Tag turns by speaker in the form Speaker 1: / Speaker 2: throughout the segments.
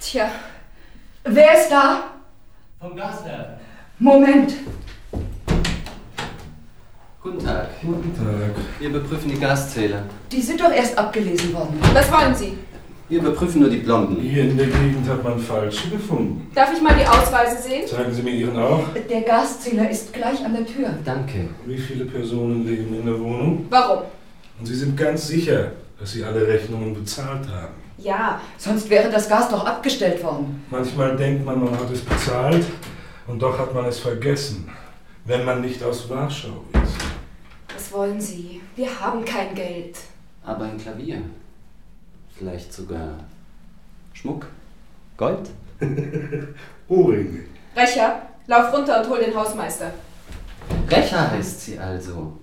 Speaker 1: Tja, wer ist da?
Speaker 2: Vom Gaswerk.
Speaker 1: Moment.
Speaker 2: Guten Tag.
Speaker 3: Guten Tag.
Speaker 2: Wir überprüfen die Gaszähler.
Speaker 1: Die sind doch erst abgelesen worden. Was wollen Sie?
Speaker 2: Wir überprüfen nur die Blonden.
Speaker 3: Hier in der Gegend hat man falsche gefunden.
Speaker 4: Darf ich mal die Ausweise sehen?
Speaker 3: Zeigen Sie mir Ihren auch.
Speaker 1: Der Gaszähler ist gleich an der Tür.
Speaker 2: Danke.
Speaker 3: Wie viele Personen leben in der Wohnung?
Speaker 4: Warum?
Speaker 3: Und Sie sind ganz sicher, dass Sie alle Rechnungen bezahlt haben.
Speaker 4: Ja,
Speaker 1: Sonst wäre das Gas doch abgestellt worden.
Speaker 3: Manchmal denkt man, man hat es bezahlt und doch hat man es vergessen, wenn man nicht aus Warschau ist.
Speaker 4: was wollen Sie? Wir haben kein Geld.
Speaker 2: Aber ein Klavier. Vielleicht sogar Schmuck? Gold?
Speaker 3: Ohrringe.
Speaker 4: Recher, lauf runter und hol den Hausmeister.
Speaker 2: Recher heißt sie also.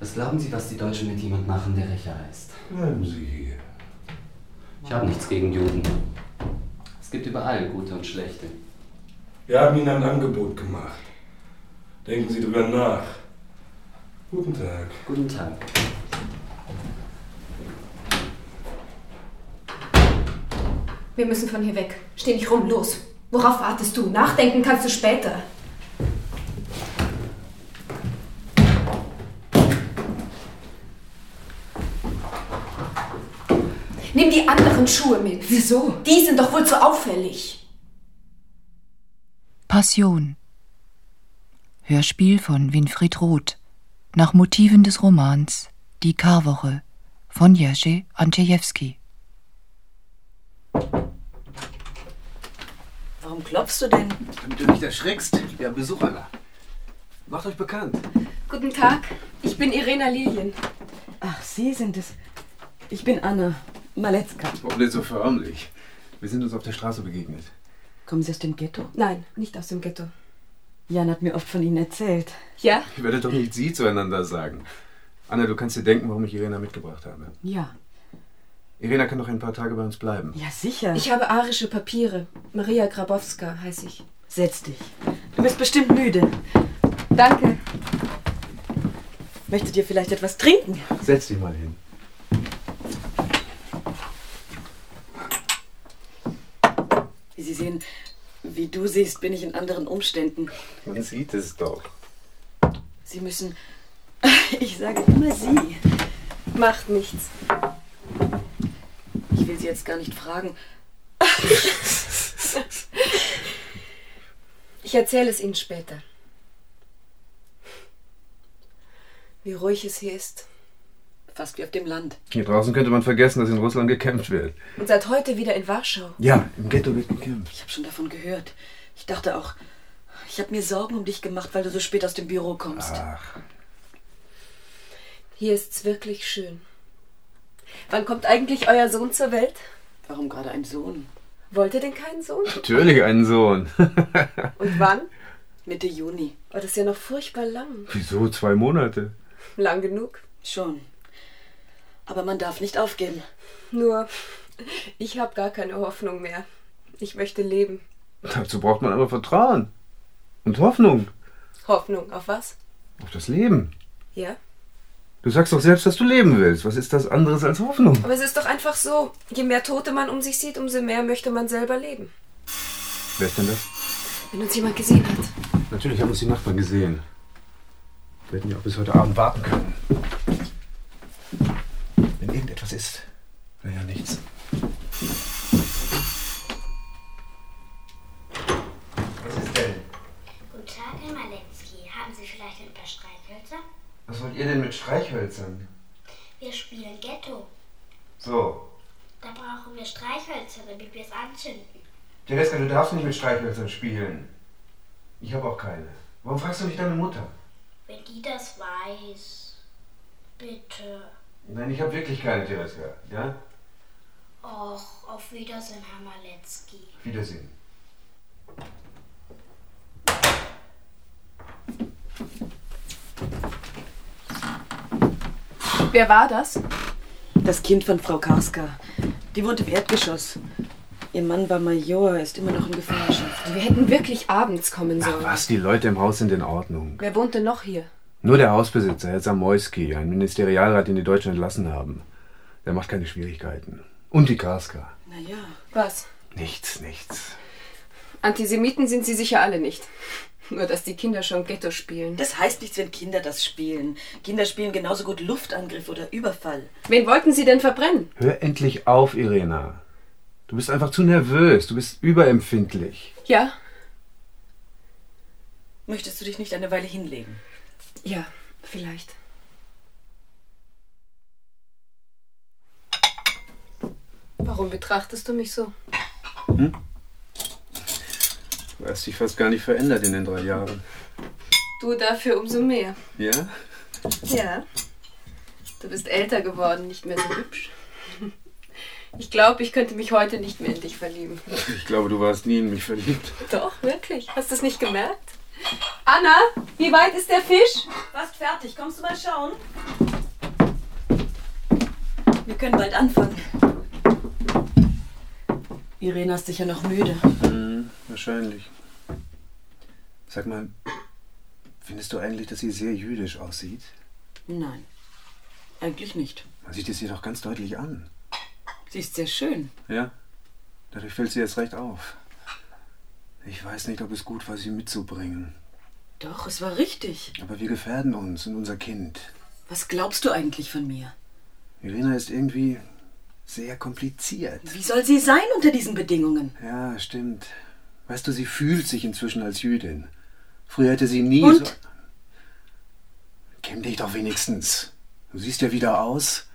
Speaker 2: Was glauben Sie, was die Deutschen mit jemand machen, der Recher heißt?
Speaker 3: Bleiben Sie hier.
Speaker 2: Ich habe nichts gegen Juden. Es gibt überall gute und schlechte.
Speaker 3: Wir haben Ihnen ein Angebot gemacht. Denken Sie drüber nach. Guten Tag.
Speaker 2: Guten Tag.
Speaker 4: Wir müssen von hier weg. Steh nicht rum, los. Worauf wartest du? Nachdenken kannst du später. Nimm die anderen Schuhe mit.
Speaker 1: Wieso?
Speaker 4: Die sind doch wohl zu auffällig.
Speaker 5: Passion. Hörspiel von Winfried Roth. Nach Motiven des Romans Die Karwoche von Jerzy Antjewski.
Speaker 6: Warum klopfst du denn?
Speaker 7: Damit du nicht erschreckst, wir haben Besucher da. Macht euch bekannt.
Speaker 4: Guten Tag, ich bin Irena Lilien.
Speaker 6: Ach, Sie sind es. Ich bin Anna Maletzka.
Speaker 7: Warum denn so förmlich? Wir sind uns auf der Straße begegnet.
Speaker 6: Kommen Sie aus dem Ghetto?
Speaker 4: Nein, nicht aus dem Ghetto.
Speaker 6: Jan hat mir oft von Ihnen erzählt.
Speaker 4: Ja?
Speaker 7: Ihr werdet doch nicht Sie zueinander sagen. Anna, du kannst dir denken, warum ich Irena mitgebracht habe.
Speaker 6: Ja.
Speaker 7: Irena kann noch ein paar Tage bei uns bleiben.
Speaker 6: Ja, sicher.
Speaker 4: Ich habe arische Papiere. Maria Grabowska heiße ich.
Speaker 6: Setz dich. Du bist bestimmt müde.
Speaker 4: Danke.
Speaker 6: Möchtest du dir vielleicht etwas trinken?
Speaker 7: Setz dich mal hin.
Speaker 6: Sie sehen, wie du siehst, bin ich in anderen Umständen.
Speaker 7: Man sieht es doch.
Speaker 6: Sie müssen. Ich sage immer Sie.
Speaker 4: Macht nichts.
Speaker 6: Ich will Sie jetzt gar nicht fragen.
Speaker 4: Ich erzähle es Ihnen später. Wie ruhig es hier ist.
Speaker 6: Fast wie auf dem Land.
Speaker 7: Hier draußen könnte man vergessen, dass in Russland gekämpft wird.
Speaker 4: Und seit heute wieder in Warschau.
Speaker 7: Ja, im Ghetto wird gekämpft.
Speaker 6: Ich habe schon davon gehört. Ich dachte auch, ich habe mir Sorgen um dich gemacht, weil du so spät aus dem Büro kommst.
Speaker 7: Ach,
Speaker 4: Hier ist's wirklich schön. Wann kommt eigentlich euer Sohn zur Welt?
Speaker 6: Warum gerade ein Sohn?
Speaker 4: Wollt ihr denn keinen Sohn?
Speaker 7: natürlich einen Sohn.
Speaker 4: Und wann?
Speaker 6: Mitte Juni.
Speaker 4: Oh, das ist ja noch furchtbar lang.
Speaker 7: Wieso zwei Monate?
Speaker 4: Lang genug.
Speaker 6: Schon. Aber man darf nicht aufgeben.
Speaker 4: Nur, ich habe gar keine Hoffnung mehr. Ich möchte leben.
Speaker 7: Dazu braucht man aber Vertrauen und Hoffnung
Speaker 4: Hoffnung auf was?
Speaker 7: auf das Leben.
Speaker 4: Ja?
Speaker 7: Du sagst doch selbst, dass du leben willst. Was ist das anderes als Hoffnung?
Speaker 4: Aber es ist doch einfach so. Je mehr Tote man um sich sieht, umso mehr möchte man selber leben.
Speaker 7: Wer ist denn das?
Speaker 4: Wenn uns jemand gesehen hat.
Speaker 7: Natürlich haben uns die Nachbarn gesehen. Wir hätten ja auch bis heute Abend warten können. Wenn irgendetwas ist. Naja, nichts. Was ist denn?
Speaker 8: Guten Tag, Herr Maletzki. Haben Sie vielleicht ein paar Streichhölzer?
Speaker 7: Was wollt ihr denn mit Streichhölzern?
Speaker 8: Wir spielen Ghetto.
Speaker 7: So.
Speaker 8: Da brauchen wir Streichhölzer, damit wir es anzünden.
Speaker 7: Jereska, du darfst nicht mit Streichhölzern spielen. Ich habe auch keine. Warum fragst du nicht deine Mutter?
Speaker 8: Wenn die das weiß. Bitte.
Speaker 7: Nein, ich habe wirklich keine, Jereska. Ja?
Speaker 8: Och, auf Wiedersehen, Herr Maletzki.
Speaker 7: Wiedersehen.
Speaker 4: Wer war das?
Speaker 6: Das Kind von Frau Karska. Die wohnt im Erdgeschoss. Ihr Mann war Major, ist immer noch in Gefangenschaft.
Speaker 4: Wir hätten wirklich abends kommen sollen.
Speaker 7: Was, die Leute im Haus sind in Ordnung.
Speaker 4: Wer wohnt denn noch hier?
Speaker 7: Nur der Hausbesitzer, Herr Zamoyski, ein Ministerialrat, den die Deutschen entlassen haben. Der macht keine Schwierigkeiten. Und die Karska.
Speaker 6: Naja,
Speaker 4: Was?
Speaker 7: Nichts, nichts.
Speaker 4: Antisemiten sind sie sicher alle nicht. Nur, dass die Kinder schon Ghetto spielen.
Speaker 6: das heißt nichts, wenn Kinder das spielen. Kinder spielen genauso gut Luftangriff oder Überfall.
Speaker 4: Wen wollten sie denn verbrennen?
Speaker 7: Hör endlich auf, Irena. Du bist einfach zu nervös. Du bist überempfindlich.
Speaker 4: Ja,
Speaker 6: Möchtest du dich nicht eine Weile hinlegen?
Speaker 4: ja, vielleicht. Warum betrachtest du mich so?
Speaker 7: Du hast dich fast gar nicht verändert in den drei Jahren.
Speaker 4: Du dafür umso mehr.
Speaker 7: Ja?
Speaker 4: Ja. Du bist älter geworden, nicht mehr so hübsch. Ich glaube, ich könnte mich heute nicht mehr in dich verlieben.
Speaker 7: Ich glaube, du warst nie in mich verliebt.
Speaker 4: Doch, wirklich. Hast du es nicht gemerkt? Anna, wie weit ist der Fisch?
Speaker 6: Fast fertig. Kommst du mal schauen? Wir können bald anfangen. Irena ist sicher noch müde.
Speaker 7: Wahrscheinlich. Sag mal, findest du eigentlich, dass sie sehr jüdisch aussieht?
Speaker 6: Nein, eigentlich nicht.
Speaker 7: Man sieht es ihr doch ganz deutlich an.
Speaker 6: Sie ist sehr schön.
Speaker 7: Ja? Dadurch fällt sie erst recht auf. Ich weiß nicht, ob es gut war, sie mitzubringen.
Speaker 6: Doch, es war richtig.
Speaker 7: Aber wir gefährden uns und unser Kind.
Speaker 6: Was glaubst du eigentlich von mir?
Speaker 7: Irina ist irgendwie sehr kompliziert.
Speaker 6: Wie soll sie sein unter diesen Bedingungen?
Speaker 7: Ja, stimmt. Weißt du, sie fühlt sich inzwischen als Jüdin. Früher hätte sie nie so.
Speaker 6: Und?
Speaker 7: Kenn dich doch wenigstens. Du siehst ja wieder aus.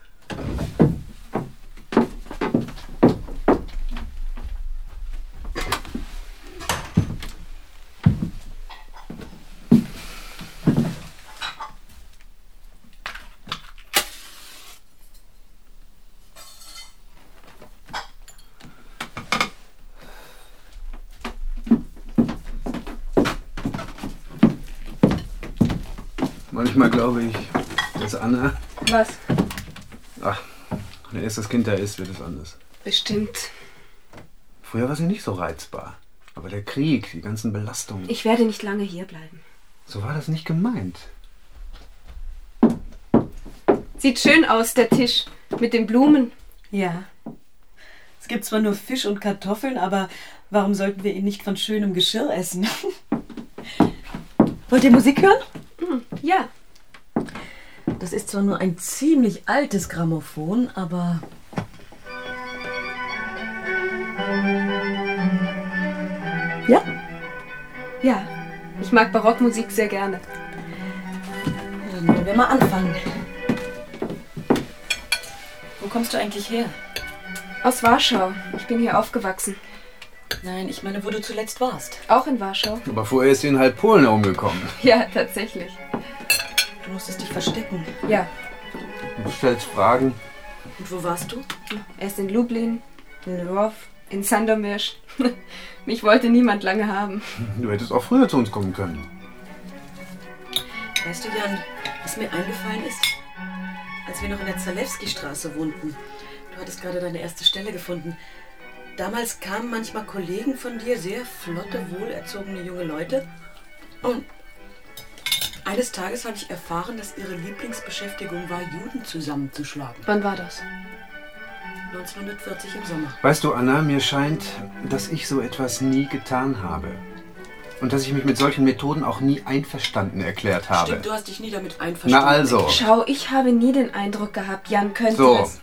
Speaker 7: Manchmal glaube ich, dass Anna,
Speaker 4: Was?
Speaker 7: wenn erst das Kind da ist, wird es anders.
Speaker 4: Bestimmt.
Speaker 7: Früher war sie nicht so reizbar. Aber der Krieg, die ganzen Belastungen,
Speaker 4: Ich werde nicht lange hier bleiben.
Speaker 7: so war das nicht gemeint.
Speaker 4: Sieht schön aus, der Tisch. Mit den Blumen.
Speaker 6: Ja. Es gibt zwar nur Fisch und Kartoffeln, aber warum sollten wir ihn nicht von schönem Geschirr essen? Wollt ihr Musik hören?
Speaker 4: Ja.
Speaker 6: Das ist zwar nur ein ziemlich altes Grammophon, aber
Speaker 4: Ja. Ich mag Barockmusik sehr gerne.
Speaker 6: dann wollen wir mal anfangen. Wo kommst du eigentlich her?
Speaker 4: Aus Warschau. Ich bin hier aufgewachsen.
Speaker 6: Nein, ich meine, wo du zuletzt warst.
Speaker 4: Auch in Warschau?
Speaker 7: Aber vorher ist sie in halb Polen umgekommen.
Speaker 4: Ja, tatsächlich.
Speaker 6: Du musstest dich verstecken.
Speaker 4: Ja.
Speaker 7: Du stellst Fragen.
Speaker 6: Und wo warst du?
Speaker 4: Erst in Lublin, in Lwów, in Sandomierz. Mich wollte niemand lange haben.
Speaker 7: Du hättest auch früher zu uns kommen können.
Speaker 6: Weißt du, Jan, was mir eingefallen ist? Als wir noch in der Zalewski-Straße wohnten, du hattest gerade deine erste Stelle gefunden. Damals kamen manchmal Kollegen von dir, sehr flotte, wohlerzogene junge Leute. Und eines Tages habe ich erfahren, dass ihre Lieblingsbeschäftigung war, Juden zusammenzuschlagen.
Speaker 4: Wann war das?
Speaker 6: 1940 im Sommer.
Speaker 7: Weißt du, Anna, mir scheint, dass ich so etwas nie getan habe. Und dass ich mich mit solchen Methoden auch nie einverstanden erklärt habe.
Speaker 6: Stimmt, du hast dich nie damit einverstanden.
Speaker 7: Na also.
Speaker 4: Schau, ich habe nie den Eindruck gehabt, Jan könnte
Speaker 7: So.
Speaker 4: das.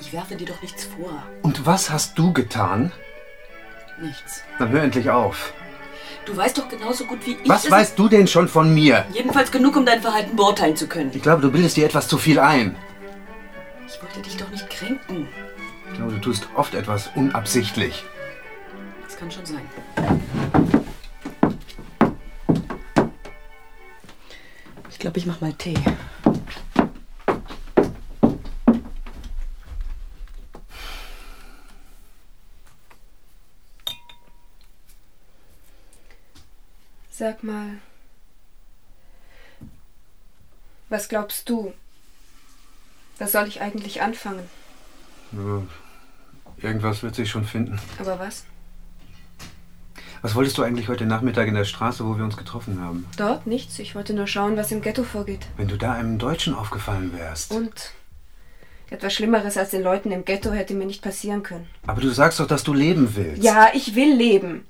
Speaker 6: Ich werfe dir doch nichts vor.
Speaker 7: Und was hast du getan?
Speaker 6: Nichts.
Speaker 7: Dann hör endlich auf.
Speaker 6: Du weißt doch genauso gut wie ich. dass
Speaker 7: Was
Speaker 6: es-
Speaker 7: weißt du denn schon von mir?
Speaker 6: Jedenfalls genug, um dein Verhalten beurteilen zu können.
Speaker 7: Ich glaube, du bildest dir etwas zu viel ein.
Speaker 6: Ich wollte dich doch nicht kränken.
Speaker 7: Ich glaube, du tust oft etwas unabsichtlich.
Speaker 6: Das kann schon sein. Ich glaube, ich mach mal Tee.
Speaker 4: Sag mal. Was glaubst du? Was soll ich eigentlich anfangen?
Speaker 7: Irgendwas wird sich schon finden.
Speaker 4: Aber was?
Speaker 7: Was wolltest du eigentlich heute Nachmittag in der Straße, wo wir uns getroffen haben?
Speaker 4: Dort nichts. Ich wollte nur schauen, was im Ghetto vorgeht.
Speaker 7: Wenn du da einem Deutschen aufgefallen wärst.
Speaker 4: Und Etwas Schlimmeres als den Leuten im Ghetto hätte mir nicht passieren können.
Speaker 7: Aber du sagst doch, dass du leben willst.
Speaker 4: Ja, ich will leben.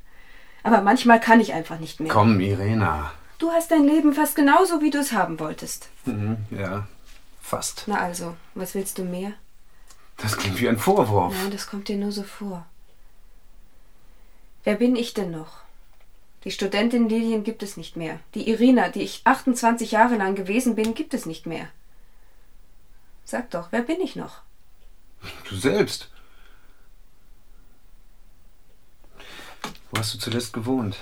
Speaker 4: Aber manchmal kann ich einfach nicht mehr.
Speaker 7: Komm, Irena.
Speaker 4: Du hast dein Leben fast genauso, wie du es haben wolltest.
Speaker 7: Mhm, ja, fast.
Speaker 4: Na also, was willst du mehr?
Speaker 7: Das klingt wie ein Vorwurf.
Speaker 4: Nein, das kommt dir nur so vor. Wer bin ich denn noch? Die Studentin Lilien gibt es nicht mehr. Die Irina, die ich 28 Jahre lang gewesen bin, gibt es nicht mehr. Sag doch, wer bin ich noch?
Speaker 7: Du selbst. Wo hast du zuletzt gewohnt?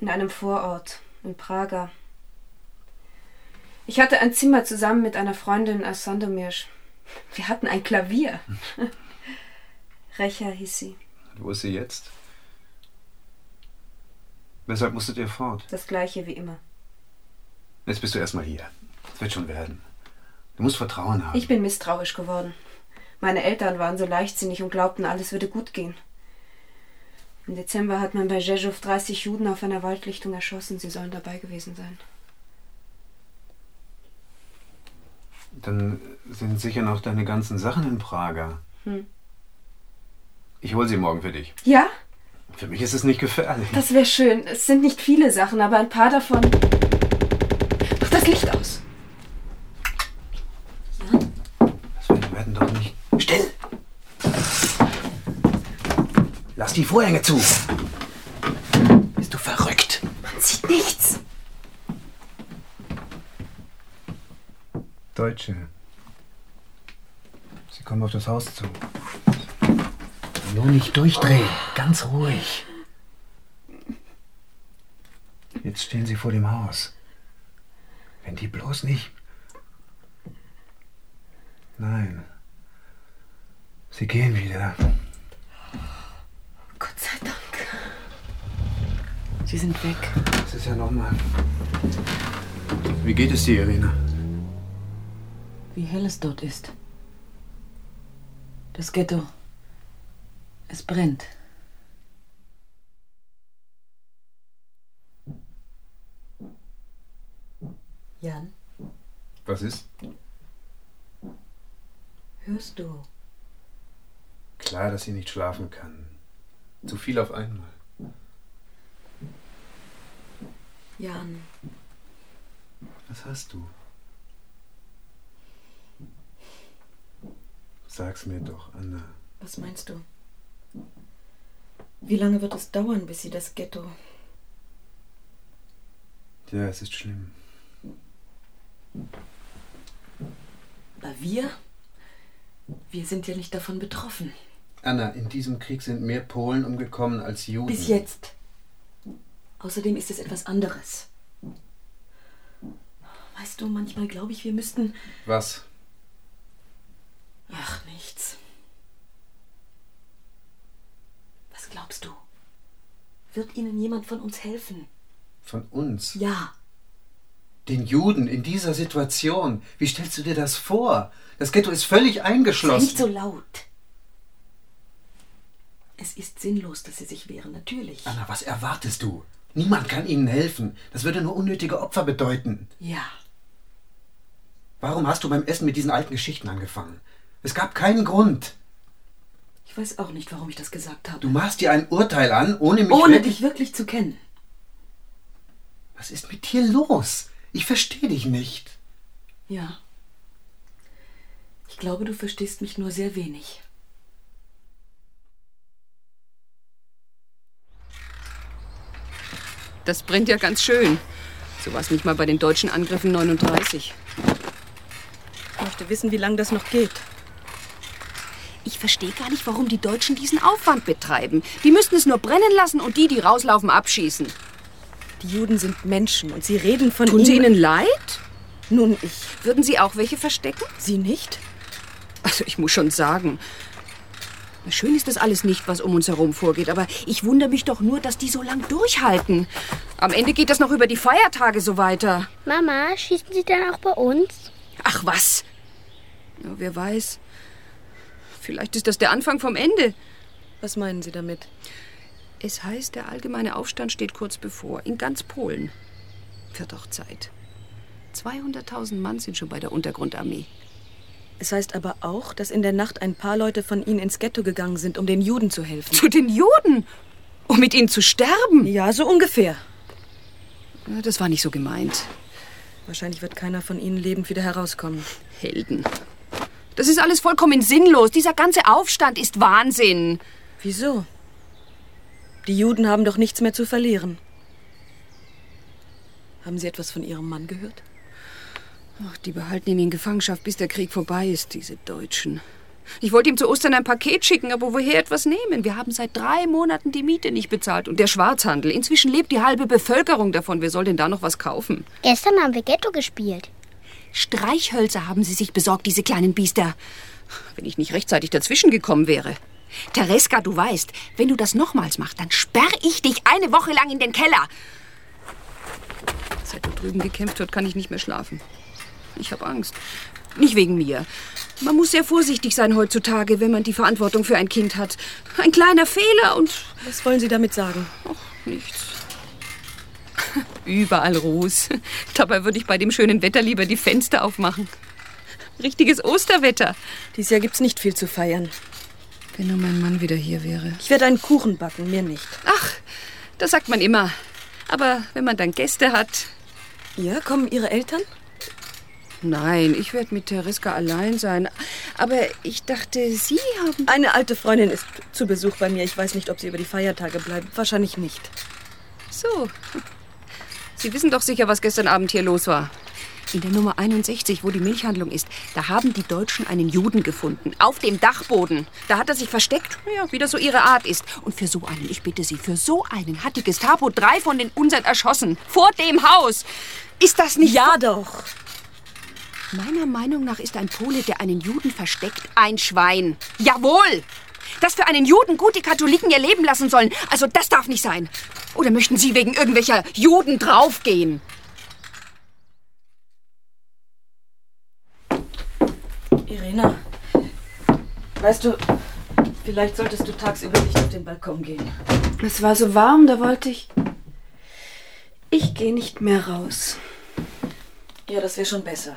Speaker 4: In einem Vorort, in Prager. Ich hatte ein Zimmer zusammen mit einer Freundin aus Sondermirsch. Wir hatten ein Klavier. Recher hieß sie.
Speaker 7: Wo ist sie jetzt? Weshalb musstet ihr fort?
Speaker 4: Das gleiche wie immer.
Speaker 7: Jetzt bist du erstmal hier. Es wird schon werden. Du musst Vertrauen haben.
Speaker 4: Ich bin misstrauisch geworden. Meine Eltern waren so leichtsinnig und glaubten, alles würde gut gehen. Im Dezember hat man bei Zhezhov 30 Juden auf einer Waldlichtung erschossen. Sie sollen dabei gewesen sein.
Speaker 7: Dann sind sicher noch deine ganzen Sachen in Prager.
Speaker 4: Hm.
Speaker 7: Ich hol sie morgen für dich.
Speaker 4: Ja,
Speaker 7: Für mich ist es nicht gefährlich.
Speaker 4: das wäre schön. Es sind nicht viele Sachen, aber ein paar davon. Mach das Licht aus.
Speaker 7: Wir werden doch nicht. Still! Lass die Vorhänge zu! Bist du verrückt?
Speaker 4: Man sieht nichts.
Speaker 7: Deutsche. Sie kommen auf das Haus zu. Nur nicht durchdrehen. Ganz ruhig. Jetzt stehen sie vor dem Haus. Wenn die bloß nicht. Nein. Sie gehen wieder.
Speaker 4: Gott sei Dank.
Speaker 6: Sie sind weg.
Speaker 7: Das ist ja nochmal. Wie geht es dir, Irene?
Speaker 6: Wie hell es dort ist. Das Ghetto. Es brennt. Jan,
Speaker 7: Was ist?
Speaker 6: hörst du?
Speaker 7: Klar, dass sie nicht schlafen kann. Zu viel auf einmal.
Speaker 6: Jan,
Speaker 7: Was hast du? Sag's mir doch, Anna.
Speaker 6: was meinst du? Wie lange wird es dauern, bis sie das Ghetto...
Speaker 7: Ja, es ist schlimm.
Speaker 6: Na, wir? Wir sind ja nicht davon betroffen.
Speaker 7: Anna, in diesem Krieg sind mehr Polen umgekommen als Juden.
Speaker 6: Bis jetzt. Außerdem ist es etwas anderes. Weißt du, manchmal glaube ich, wir müssten...
Speaker 7: Was?
Speaker 6: Ach, nichts. Was glaubst du? Wird ihnen jemand von uns helfen?
Speaker 7: Von uns?
Speaker 6: Ja.
Speaker 7: Den Juden in dieser Situation? Wie stellst du dir das vor? Das Ghetto ist völlig
Speaker 6: Sei
Speaker 7: eingeschlossen.
Speaker 6: nicht so laut. Es ist sinnlos, dass sie sich wehren, natürlich.
Speaker 7: Anna, was erwartest du? Niemand kann ihnen helfen. Das würde nur unnötige Opfer bedeuten.
Speaker 6: Ja.
Speaker 7: Warum hast du beim Essen mit diesen alten Geschichten angefangen? Es gab keinen Grund.
Speaker 6: Ich weiß auch nicht, warum ich das gesagt
Speaker 9: Hm,
Speaker 6: habe.
Speaker 7: Du machst dir ein Urteil an, ohne mich.
Speaker 6: Ohne
Speaker 7: wirklich-
Speaker 6: dich wirklich zu kennen.
Speaker 7: Was ist mit dir los? Ich verstehe dich nicht.
Speaker 6: Ja. Ich glaube, du verstehst mich nur sehr wenig.
Speaker 9: Das brennt ja ganz schön. So war es nicht mal bei den deutschen Angriffen 39.
Speaker 6: Ich möchte wissen, wie lange das noch geht.
Speaker 9: Ich verstehe gar nicht, warum die Deutschen diesen Aufwand betreiben. Die müssten es nur brennen lassen und die, die rauslaufen, abschießen.
Speaker 6: Die Juden sind Menschen und sie reden von
Speaker 9: Tun sie ihnen leid?
Speaker 6: Nun, ich.
Speaker 9: Würden sie auch welche verstecken?
Speaker 6: Sie nicht?
Speaker 9: Also ich muss schon sagen, na, schön ist das alles nicht, was um uns herum vorgeht, aber ich wundere mich doch nur, dass die so lang durchhalten. Am Ende geht das noch über die Feiertage so weiter.
Speaker 8: Mama, schießen Sie dann auch bei uns?
Speaker 9: Ach was. Ja, wer weiß. Vielleicht ist das der Anfang vom Ende.
Speaker 6: Was meinen Sie damit?
Speaker 9: Es heißt, der allgemeine Aufstand steht kurz bevor, in ganz Polen. Wird auch Zeit. 200.000 Mann sind schon bei der Untergrundarmee.
Speaker 6: Es heißt aber auch, dass in der Nacht ein paar Leute von ihnen ins Ghetto gegangen sind, um den Juden zu helfen.
Speaker 4: Zu den Juden, um mit ihnen zu sterben.
Speaker 6: Ja, so ungefähr.
Speaker 4: Das war nicht so gemeint.
Speaker 6: Wahrscheinlich wird keiner von ihnen lebend wieder herauskommen.
Speaker 4: Helden. Das ist alles vollkommen sinnlos. Dieser ganze Aufstand ist Wahnsinn.
Speaker 6: Wieso? Die Juden haben doch nichts mehr zu verlieren. Haben Sie etwas von Ihrem Mann gehört?
Speaker 4: Ach, die behalten ihn in Gefangenschaft, bis der Krieg vorbei ist, diese Deutschen. Ich wollte ihm zu Ostern ein Paket schicken, aber woher etwas nehmen? Wir haben seit drei Monaten die Miete nicht bezahlt und der Schwarzhandel. Inzwischen lebt die halbe Bevölkerung davon. Wer soll denn da noch was kaufen?
Speaker 8: Gestern haben wir Ghetto gespielt.
Speaker 4: Streichhölzer haben sie sich besorgt, diese kleinen Biester. Wenn ich nicht rechtzeitig dazwischen gekommen wäre. Tereska, du weißt, wenn du das nochmals machst, dann sperre ich dich eine Woche lang in den Keller. Seit da drüben gekämpft wird, kann ich nicht mehr schlafen. Ich habe Angst. Nicht wegen mir. Man muss sehr vorsichtig sein heutzutage, wenn man die Verantwortung für ein Kind hat. Ein kleiner Fehler und
Speaker 6: Was wollen Sie damit sagen?
Speaker 4: nichts. Überall Ruß. Dabei würde ich bei dem schönen Wetter lieber die Fenster aufmachen. Richtiges Osterwetter.
Speaker 6: Dieses Jahr gibt's nicht viel zu feiern.
Speaker 4: Wenn nur mein Mann wieder hier wäre.
Speaker 6: Ich werde einen Kuchen backen, mir nicht.
Speaker 4: Ach, das sagt man immer. Aber wenn man dann Gäste hat.
Speaker 6: Ja, kommen Ihre Eltern?
Speaker 4: Nein, ich werde mit Tereska allein sein. Aber ich dachte, Sie haben.
Speaker 6: Eine alte Freundin ist zu Besuch bei mir. Ich weiß nicht, ob sie über die Feiertage bleibt. Wahrscheinlich nicht.
Speaker 4: So. Sie wissen doch sicher, was gestern Abend hier los war. In der Nummer 61, wo die Milchhandlung ist, da haben die Deutschen einen Juden gefunden. Auf dem Dachboden. Da hat er sich versteckt, ja, wie das so ihre Art ist. Und für so einen, ich bitte Sie, für so einen hat die Gestapo drei von den unseren erschossen. Vor dem Haus. Ist das nicht...
Speaker 6: Ja doch.
Speaker 4: Meiner Meinung nach ist ein Pole, der einen Juden versteckt, ein Schwein. Jawohl! Dass für einen Juden gut die Katholiken ihr Leben lassen sollen, also das darf nicht sein. Oder möchten Sie wegen irgendwelcher Juden draufgehen?
Speaker 6: Irena, weißt du, vielleicht solltest du tagsüber nicht auf den Balkon gehen.
Speaker 10: Es war so warm, da wollte ich. Ich gehe nicht mehr raus.
Speaker 6: Ja, das wäre schon besser.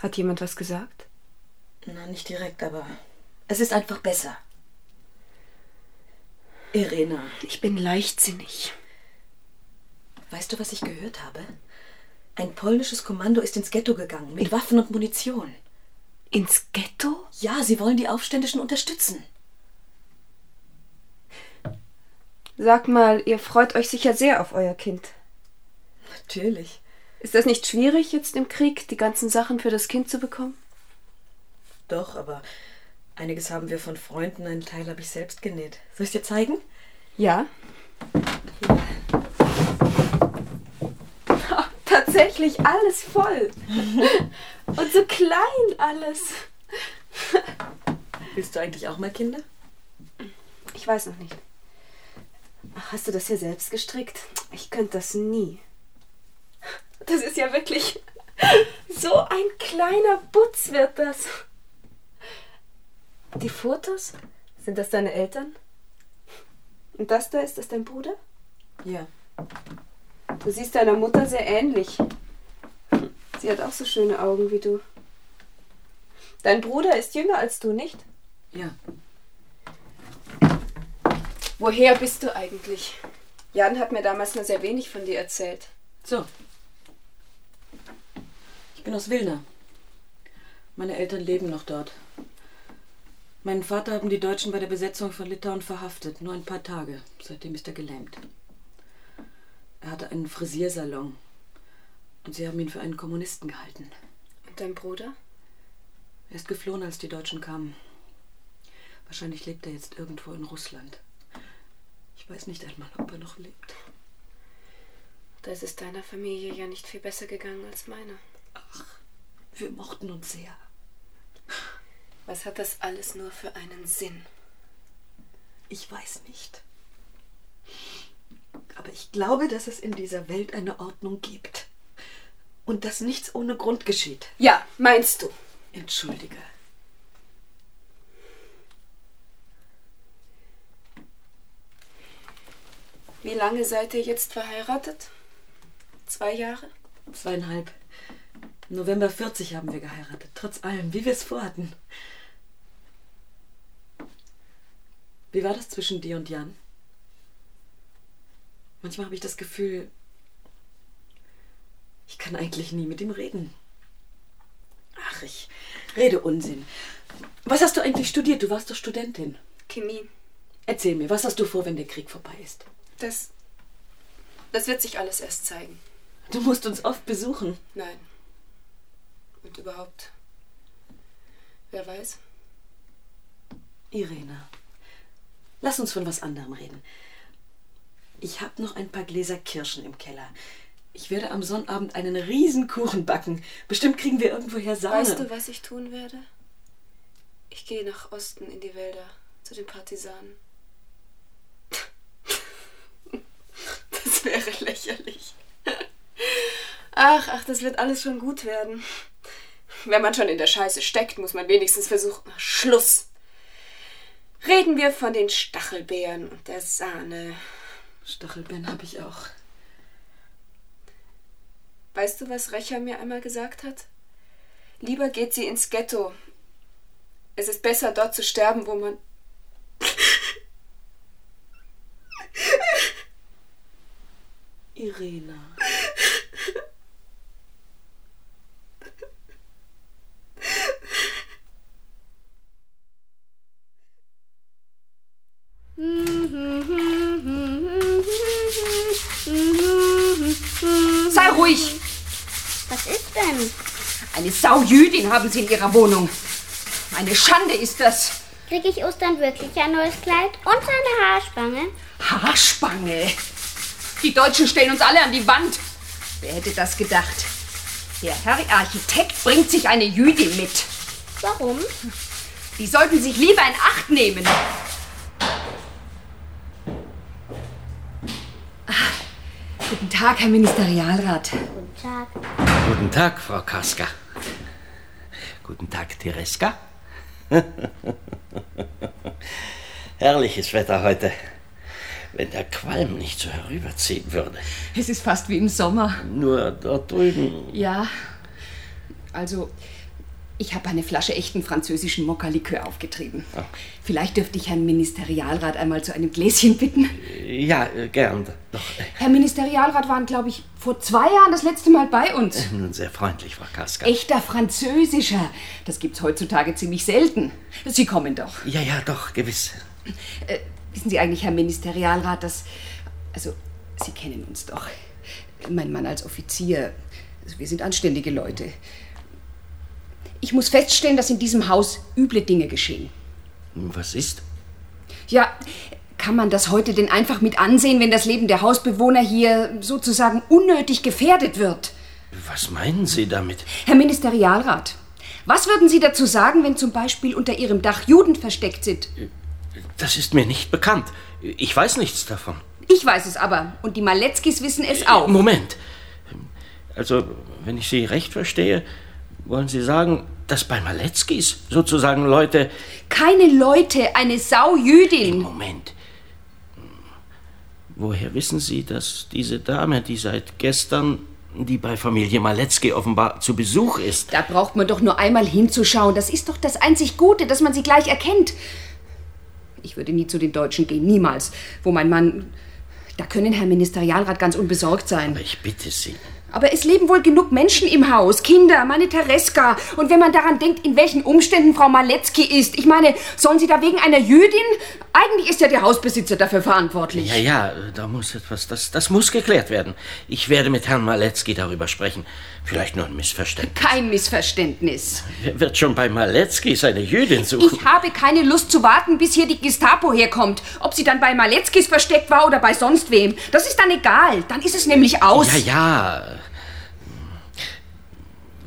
Speaker 10: Hat jemand was gesagt?
Speaker 6: Na, nicht direkt, aber es ist einfach besser. Irena,
Speaker 10: Ich bin leichtsinnig.
Speaker 6: weißt du, was ich gehört habe? Ein polnisches Kommando ist ins Ghetto gegangen mit Waffen und Munition.
Speaker 10: Ins Ghetto?
Speaker 6: Ja, sie wollen die Aufständischen unterstützen.
Speaker 10: Sag mal, ihr freut euch sicher sehr auf euer Kind.
Speaker 6: Natürlich.
Speaker 10: Ist das nicht schwierig, jetzt im Krieg die ganzen Sachen für das Kind zu bekommen?
Speaker 6: Doch, aber einiges haben wir von Freunden, einen Teil habe ich selbst genäht. Soll ich dir zeigen?
Speaker 10: Ja. Tatsächlich alles voll. Und so klein alles.
Speaker 6: Willst du eigentlich auch mal Kinder?
Speaker 10: Ich weiß noch nicht. Ach, hast du das hier selbst gestrickt? Ich könnte das nie. Das ist ja wirklich so ein kleiner Butz wird das. Die Fotos? Sind das deine Eltern? Und das da, ist das dein Bruder?
Speaker 6: Ja.
Speaker 10: Du siehst deiner Mutter sehr ähnlich. Sie hat auch so schöne Augen wie du. Dein Bruder ist jünger als du, nicht?
Speaker 6: Ja.
Speaker 10: Woher bist du eigentlich? Jan hat mir damals nur sehr wenig von dir erzählt.
Speaker 6: So. Ich bin aus Wilna. Meine Eltern leben noch dort. Meinen Vater haben die Deutschen bei der Besetzung von Litauen verhaftet. Nur ein paar Tage. Seitdem ist er gelähmt. Er hatte einen Frisiersalon. Und sie haben ihn für einen Kommunisten gehalten.
Speaker 10: Und dein Bruder?
Speaker 6: Er ist geflohen, als die Deutschen kamen. Wahrscheinlich lebt er jetzt irgendwo in Russland. Ich weiß nicht einmal, ob er noch lebt.
Speaker 10: Da ist es deiner Familie ja nicht viel besser gegangen als meiner.
Speaker 6: Wir mochten uns sehr.
Speaker 10: Was hat das alles nur für einen Sinn?
Speaker 6: Ich weiß nicht. Aber ich glaube, dass es in dieser Welt eine Ordnung gibt. Und dass nichts ohne Grund geschieht.
Speaker 10: Ja, meinst du?
Speaker 6: Entschuldige.
Speaker 10: Wie lange seid ihr jetzt verheiratet? Zwei Jahre?
Speaker 6: Zweieinhalb. November 40 haben wir geheiratet, trotz allem, wie wir es vorhatten. Wie war das zwischen dir und Jan? Manchmal habe ich das Gefühl, ich kann eigentlich nie mit ihm reden. Ach, ich rede Unsinn. Was hast du eigentlich studiert? Du warst doch Studentin.
Speaker 4: Chemie,
Speaker 6: Erzähl mir, was hast du vor, wenn der Krieg vorbei ist?
Speaker 4: das. Das wird sich alles erst zeigen.
Speaker 6: Du musst uns oft besuchen.
Speaker 4: Nein. Und überhaupt. Wer weiß?
Speaker 6: Irene, lass uns von was anderem reden. Ich habe noch ein paar Gläser Kirschen im Keller. Ich werde am Sonnabend einen Riesenkuchen backen. Bestimmt kriegen wir irgendwoher Sahne.
Speaker 4: Weißt du, was ich tun werde? Ich gehe nach Osten in die Wälder, zu den Partisanen. Das wäre lächerlich. Ach, ach, das wird alles schon gut werden. Wenn man schon in der Scheiße steckt, muss man wenigstens versuchen. Ach, Schluss! Reden wir von den Stachelbeeren und der Sahne.
Speaker 6: Stachelbeeren habe ich auch.
Speaker 4: Weißt du, was Recher mir einmal gesagt hat? Lieber geht sie ins Ghetto. Es ist besser, dort zu sterben, wo man.
Speaker 6: Irene.
Speaker 9: Sei ruhig!
Speaker 8: Was ist denn?
Speaker 9: Eine Saujüdin haben sie in ihrer Wohnung. Eine Schande ist das.
Speaker 8: Kriege ich Ostern wirklich ein neues Kleid und eine Haarspange?
Speaker 9: Haarspange. Die Deutschen stellen uns alle an die Wand. Wer hätte das gedacht? Der Herr Architekt bringt sich eine Jüdin mit.
Speaker 8: Warum?
Speaker 9: Die sollten sich lieber in Acht nehmen. Ah, Guten Tag, Herr Ministerialrat.
Speaker 8: Guten Tag.
Speaker 2: Guten Tag, Frau Kaska. Guten Tag, Tereska. Herrliches Wetter heute. Wenn der Qualm nicht so herüberziehen würde.
Speaker 9: Es ist fast wie im Sommer.
Speaker 2: Nur dort drüben.
Speaker 9: Ja. Also, ich habe eine Flasche echten französischen Mokka-Likör aufgetrieben.
Speaker 2: Ah.
Speaker 9: Vielleicht dürfte ich Herrn Ministerialrat einmal zu einem Gläschen bitten.
Speaker 2: Ja, äh, gern. Doch,
Speaker 9: Herr Ministerialrat waren, glaube ich, vor zwei Jahren das letzte Mal bei uns.
Speaker 2: äh, nun sehr freundlich, Frau Kaska.
Speaker 9: Echter französischer. Das gibt's heutzutage ziemlich selten. Sie kommen doch.
Speaker 2: Ja, ja, doch, gewiss.
Speaker 9: Äh, wissen Sie eigentlich, Herr Ministerialrat, dass. Also, Sie kennen uns doch. Mein Mann als Offizier. Also, wir sind anständige Leute. Ich muss feststellen, dass in diesem Haus üble Dinge geschehen.
Speaker 2: Was ist?
Speaker 9: Ja, kann man das heute denn einfach mit ansehen, wenn das Leben der Hausbewohner hier sozusagen unnötig gefährdet wird?
Speaker 2: Was meinen Sie damit?
Speaker 9: Herr Ministerialrat, was würden Sie dazu sagen, wenn zum Beispiel unter Ihrem Dach Juden versteckt sind?
Speaker 2: Das ist mir nicht bekannt. Ich weiß nichts davon.
Speaker 9: Ich weiß es aber und die Maletzkis wissen es auch.
Speaker 2: Moment. Also, wenn ich Sie recht verstehe, wollen Sie sagen, dass bei Maletzkis sozusagen Leute.
Speaker 9: Keine Leute, eine Saujüdin.
Speaker 2: Moment. Woher wissen Sie, dass diese Dame, die seit gestern, die bei Familie Maletzki offenbar zu Besuch ist,
Speaker 9: Da braucht man doch nur einmal hinzuschauen. Das ist doch das einzig Gute, dass man sie gleich erkennt. Ich würde nie zu den Deutschen gehen, niemals. Wo mein Mann. Da können Herr Ministerialrat ganz unbesorgt sein.
Speaker 2: ich bitte Sie.
Speaker 9: Aber es leben wohl genug Menschen im Haus. Kinder, meine Tereska. Und wenn man daran denkt, in welchen Umständen Frau Maletzki ist. Ich meine, sollen sie da wegen einer Jüdin? Eigentlich ist ja der Hausbesitzer dafür verantwortlich.
Speaker 2: Ja, ja, da muss etwas, das, das muss geklärt werden. Ich werde mit Herrn Maletzki darüber sprechen. Vielleicht nur ein Missverständnis.
Speaker 9: Kein Missverständnis.
Speaker 2: Wer wird schon bei Maletzki seine Jüdin suchen?
Speaker 9: Ich habe keine Lust zu warten, bis hier die Gestapo herkommt. Ob sie dann bei Maletzkis versteckt war oder bei sonst wem. Das ist dann egal. Dann ist es nämlich aus.
Speaker 2: Ja, ja.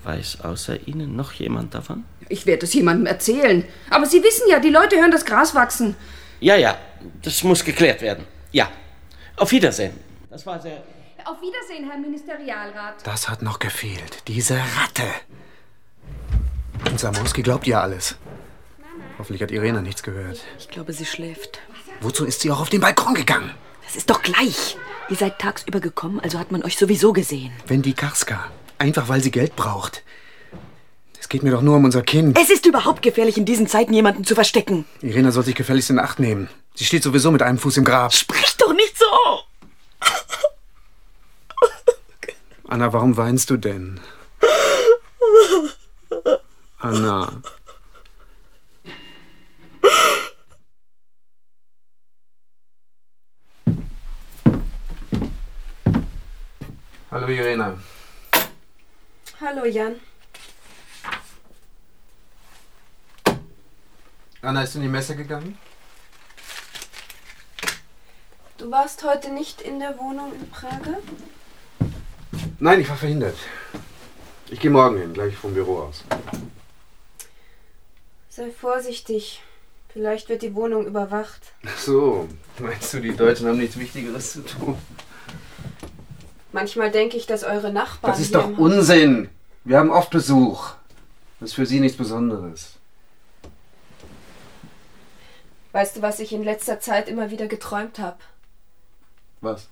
Speaker 2: Weiß außer Ihnen noch jemand davon?
Speaker 9: Ich werde es jemandem erzählen. Aber Sie wissen ja, die Leute hören das Gras wachsen.
Speaker 2: Ja, ja, das muss geklärt werden. Ja. Auf Wiedersehen. Das war sehr.
Speaker 9: Auf Wiedersehen, Herr Ministerialrat.
Speaker 7: Das hat noch gefehlt. Diese Ratte. Und Samowski glaubt ihr alles. Hoffentlich hat Irene nichts gehört.
Speaker 6: Ich glaube, sie schläft.
Speaker 7: Wozu ist sie auch auf den Balkon gegangen?
Speaker 6: Das ist doch gleich. Ihr seid tagsüber gekommen, also hat man euch sowieso gesehen.
Speaker 7: Wenn die Karska, einfach weil sie Geld braucht, geht mir doch nur um unser Kind.
Speaker 6: Es ist überhaupt gefährlich, in diesen Zeiten jemanden zu verstecken.
Speaker 7: Irena soll sich gefälligst in Acht nehmen. Sie steht sowieso mit einem Fuß im Grab.
Speaker 6: Sprich doch nicht so!
Speaker 7: Anna, warum weinst du denn? Anna. Hallo Irena.
Speaker 4: Hallo, Jan.
Speaker 7: Anna ist in die Messe gegangen?
Speaker 4: Du warst heute nicht in der Wohnung in Prager?
Speaker 7: Nein, ich war verhindert. Ich gehe morgen hin, gleich vom Büro aus.
Speaker 4: Sei vorsichtig. Vielleicht wird die Wohnung überwacht.
Speaker 7: Ach so, meinst du, die Deutschen haben nichts Wichtigeres zu tun?
Speaker 4: Manchmal denke ich, dass eure Nachbarn.
Speaker 7: Das ist
Speaker 4: hier
Speaker 7: doch
Speaker 4: im Haus-
Speaker 7: Unsinn. Wir haben oft Besuch. Das ist für sie nichts Besonderes.
Speaker 4: Weißt du, was ich in letzter Zeit immer wieder geträumt habe?
Speaker 7: Was?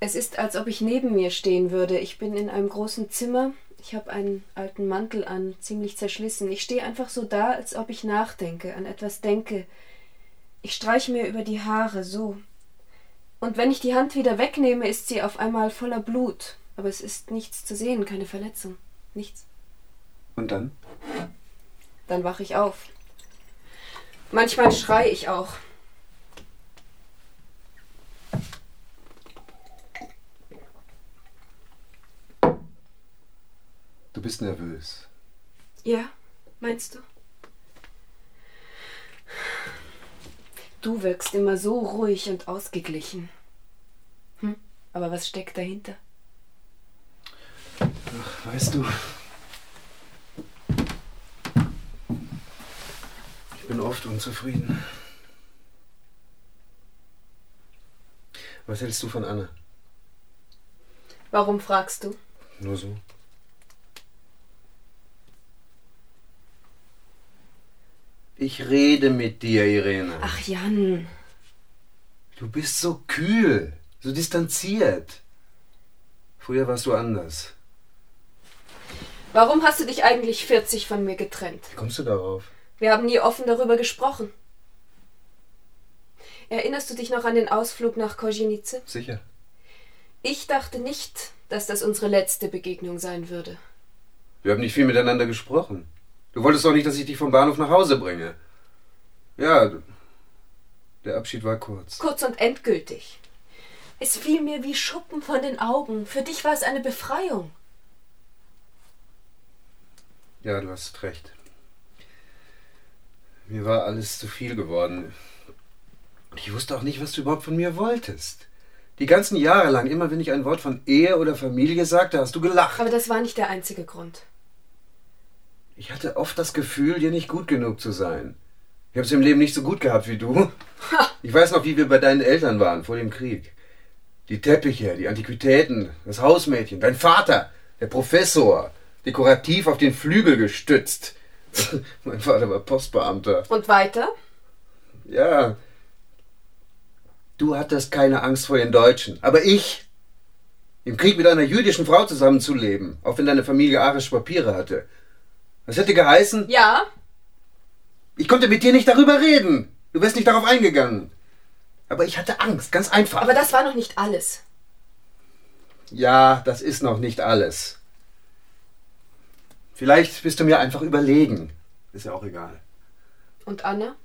Speaker 4: Es ist, als ob ich neben mir stehen würde. Ich bin in einem großen Zimmer. Ich habe einen alten Mantel an, ziemlich zerschlissen. Ich stehe einfach so da, als ob ich nachdenke, an etwas denke. Ich streiche mir über die Haare, so. Und wenn ich die Hand wieder wegnehme, ist sie auf einmal voller Blut. Aber es ist nichts zu sehen, keine Verletzung. Nichts.
Speaker 7: Und dann?
Speaker 4: Dann wache ich auf. Manchmal schreie ich auch.
Speaker 7: Du bist nervös.
Speaker 4: Ja, meinst du? Du wirkst immer so ruhig und ausgeglichen. Hm, aber was steckt dahinter?
Speaker 7: Weißt du. Ich bin oft unzufrieden. Was hältst du von Anna?
Speaker 4: Warum fragst du?
Speaker 7: Nur so. Ich rede mit dir, Irene.
Speaker 4: Ach Jan,
Speaker 7: Du bist so kühl, so distanziert. Früher warst du anders.
Speaker 4: warum hast du dich eigentlich 40 von mir getrennt?
Speaker 7: Wie kommst du darauf?
Speaker 4: Wir haben nie offen darüber gesprochen. Erinnerst du dich noch an den Ausflug nach Kozienice?
Speaker 7: Sicher.
Speaker 4: Ich dachte nicht, dass das unsere letzte Begegnung sein würde.
Speaker 7: Wir haben nicht viel miteinander gesprochen. Du wolltest doch nicht, dass ich dich vom Bahnhof nach Hause bringe. Ja, du- der Abschied war kurz.
Speaker 4: Kurz und endgültig. Es fiel mir wie Schuppen von den Augen. Für dich war es eine Befreiung.
Speaker 7: Ja, du hast recht. Mir war alles zu viel geworden. Und Ich wusste auch nicht, was du überhaupt von mir wolltest. Die ganzen Jahre lang, immer wenn ich ein Wort von Ehe oder Familie sagte, hast du gelacht.
Speaker 4: Aber das war nicht der einzige Grund.
Speaker 7: Ich hatte oft das Gefühl, dir nicht gut genug zu sein. Ich habe es im Leben nicht so gut gehabt wie du. Ich weiß noch, wie wir bei deinen Eltern waren vor dem Krieg. Die Teppiche, die Antiquitäten, das Hausmädchen, dein Vater, der Professor, dekorativ auf den Flügel gestützt. mein Vater war Postbeamter.
Speaker 4: Und weiter?
Speaker 7: Ja. Du hattest keine Angst vor den Deutschen, aber ich. Im Krieg mit einer jüdischen Frau zusammenzuleben, auch wenn deine Familie arische Papiere hatte. Das hätte geheißen,
Speaker 4: Ja,
Speaker 7: ich konnte mit dir nicht darüber reden. Du wärst nicht darauf eingegangen. Aber ich hatte Angst, ganz einfach.
Speaker 4: aber das war noch nicht alles.
Speaker 7: ja, das ist noch nicht alles. Vielleicht bist du mir einfach überlegen. Ist ja auch egal.
Speaker 4: Und Anna?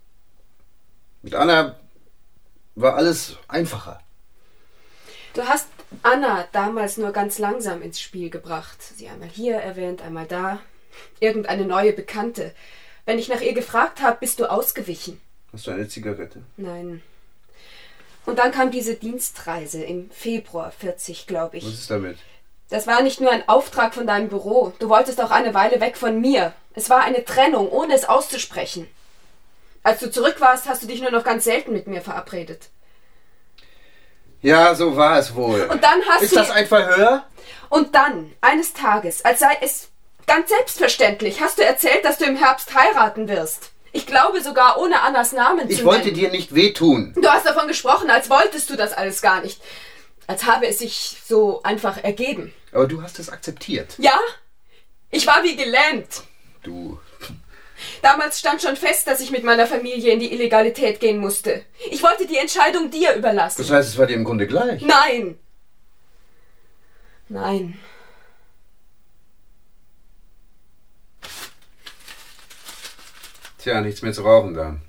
Speaker 7: Mit Anna war alles einfacher.
Speaker 4: Du hast Anna damals nur ganz langsam ins Spiel gebracht. Sie einmal hier erwähnt, einmal da. Irgendeine neue Bekannte. Wenn ich nach ihr gefragt habe, bist du ausgewichen.
Speaker 7: Hast du eine Zigarette?
Speaker 4: Nein. Und dann kam diese Dienstreise im Februar 40, glaube ich.
Speaker 7: Was ist damit?
Speaker 4: Das war nicht nur ein Auftrag von deinem Büro. Du wolltest auch eine Weile weg von mir. Es war eine Trennung, ohne es auszusprechen. Als du zurück warst, hast du dich nur noch ganz selten mit mir verabredet.
Speaker 7: Ja, so war es wohl.
Speaker 4: Und dann hast
Speaker 7: Ist
Speaker 4: du-
Speaker 7: das ein Verhör?
Speaker 4: Und dann, eines Tages, als sei es ganz selbstverständlich, hast du erzählt, dass du im Herbst heiraten wirst. Ich glaube sogar, ohne Annas Namen
Speaker 7: Ich
Speaker 4: zu
Speaker 7: wollte
Speaker 4: nennen.
Speaker 7: dir nicht wehtun.
Speaker 4: Du hast davon gesprochen, als wolltest du das alles gar nicht. Als habe es sich so einfach ergeben.
Speaker 7: Aber du hast es akzeptiert.
Speaker 4: Ja, Ich war wie gelähmt.
Speaker 7: Du.
Speaker 4: Damals stand schon fest, dass ich mit meiner Familie in die Illegalität gehen musste. Ich wollte die Entscheidung dir überlassen.
Speaker 7: Das heißt, es war dir im Grunde gleich.
Speaker 4: Nein! Nein.
Speaker 7: Tja, nichts mehr zu rauchen dann.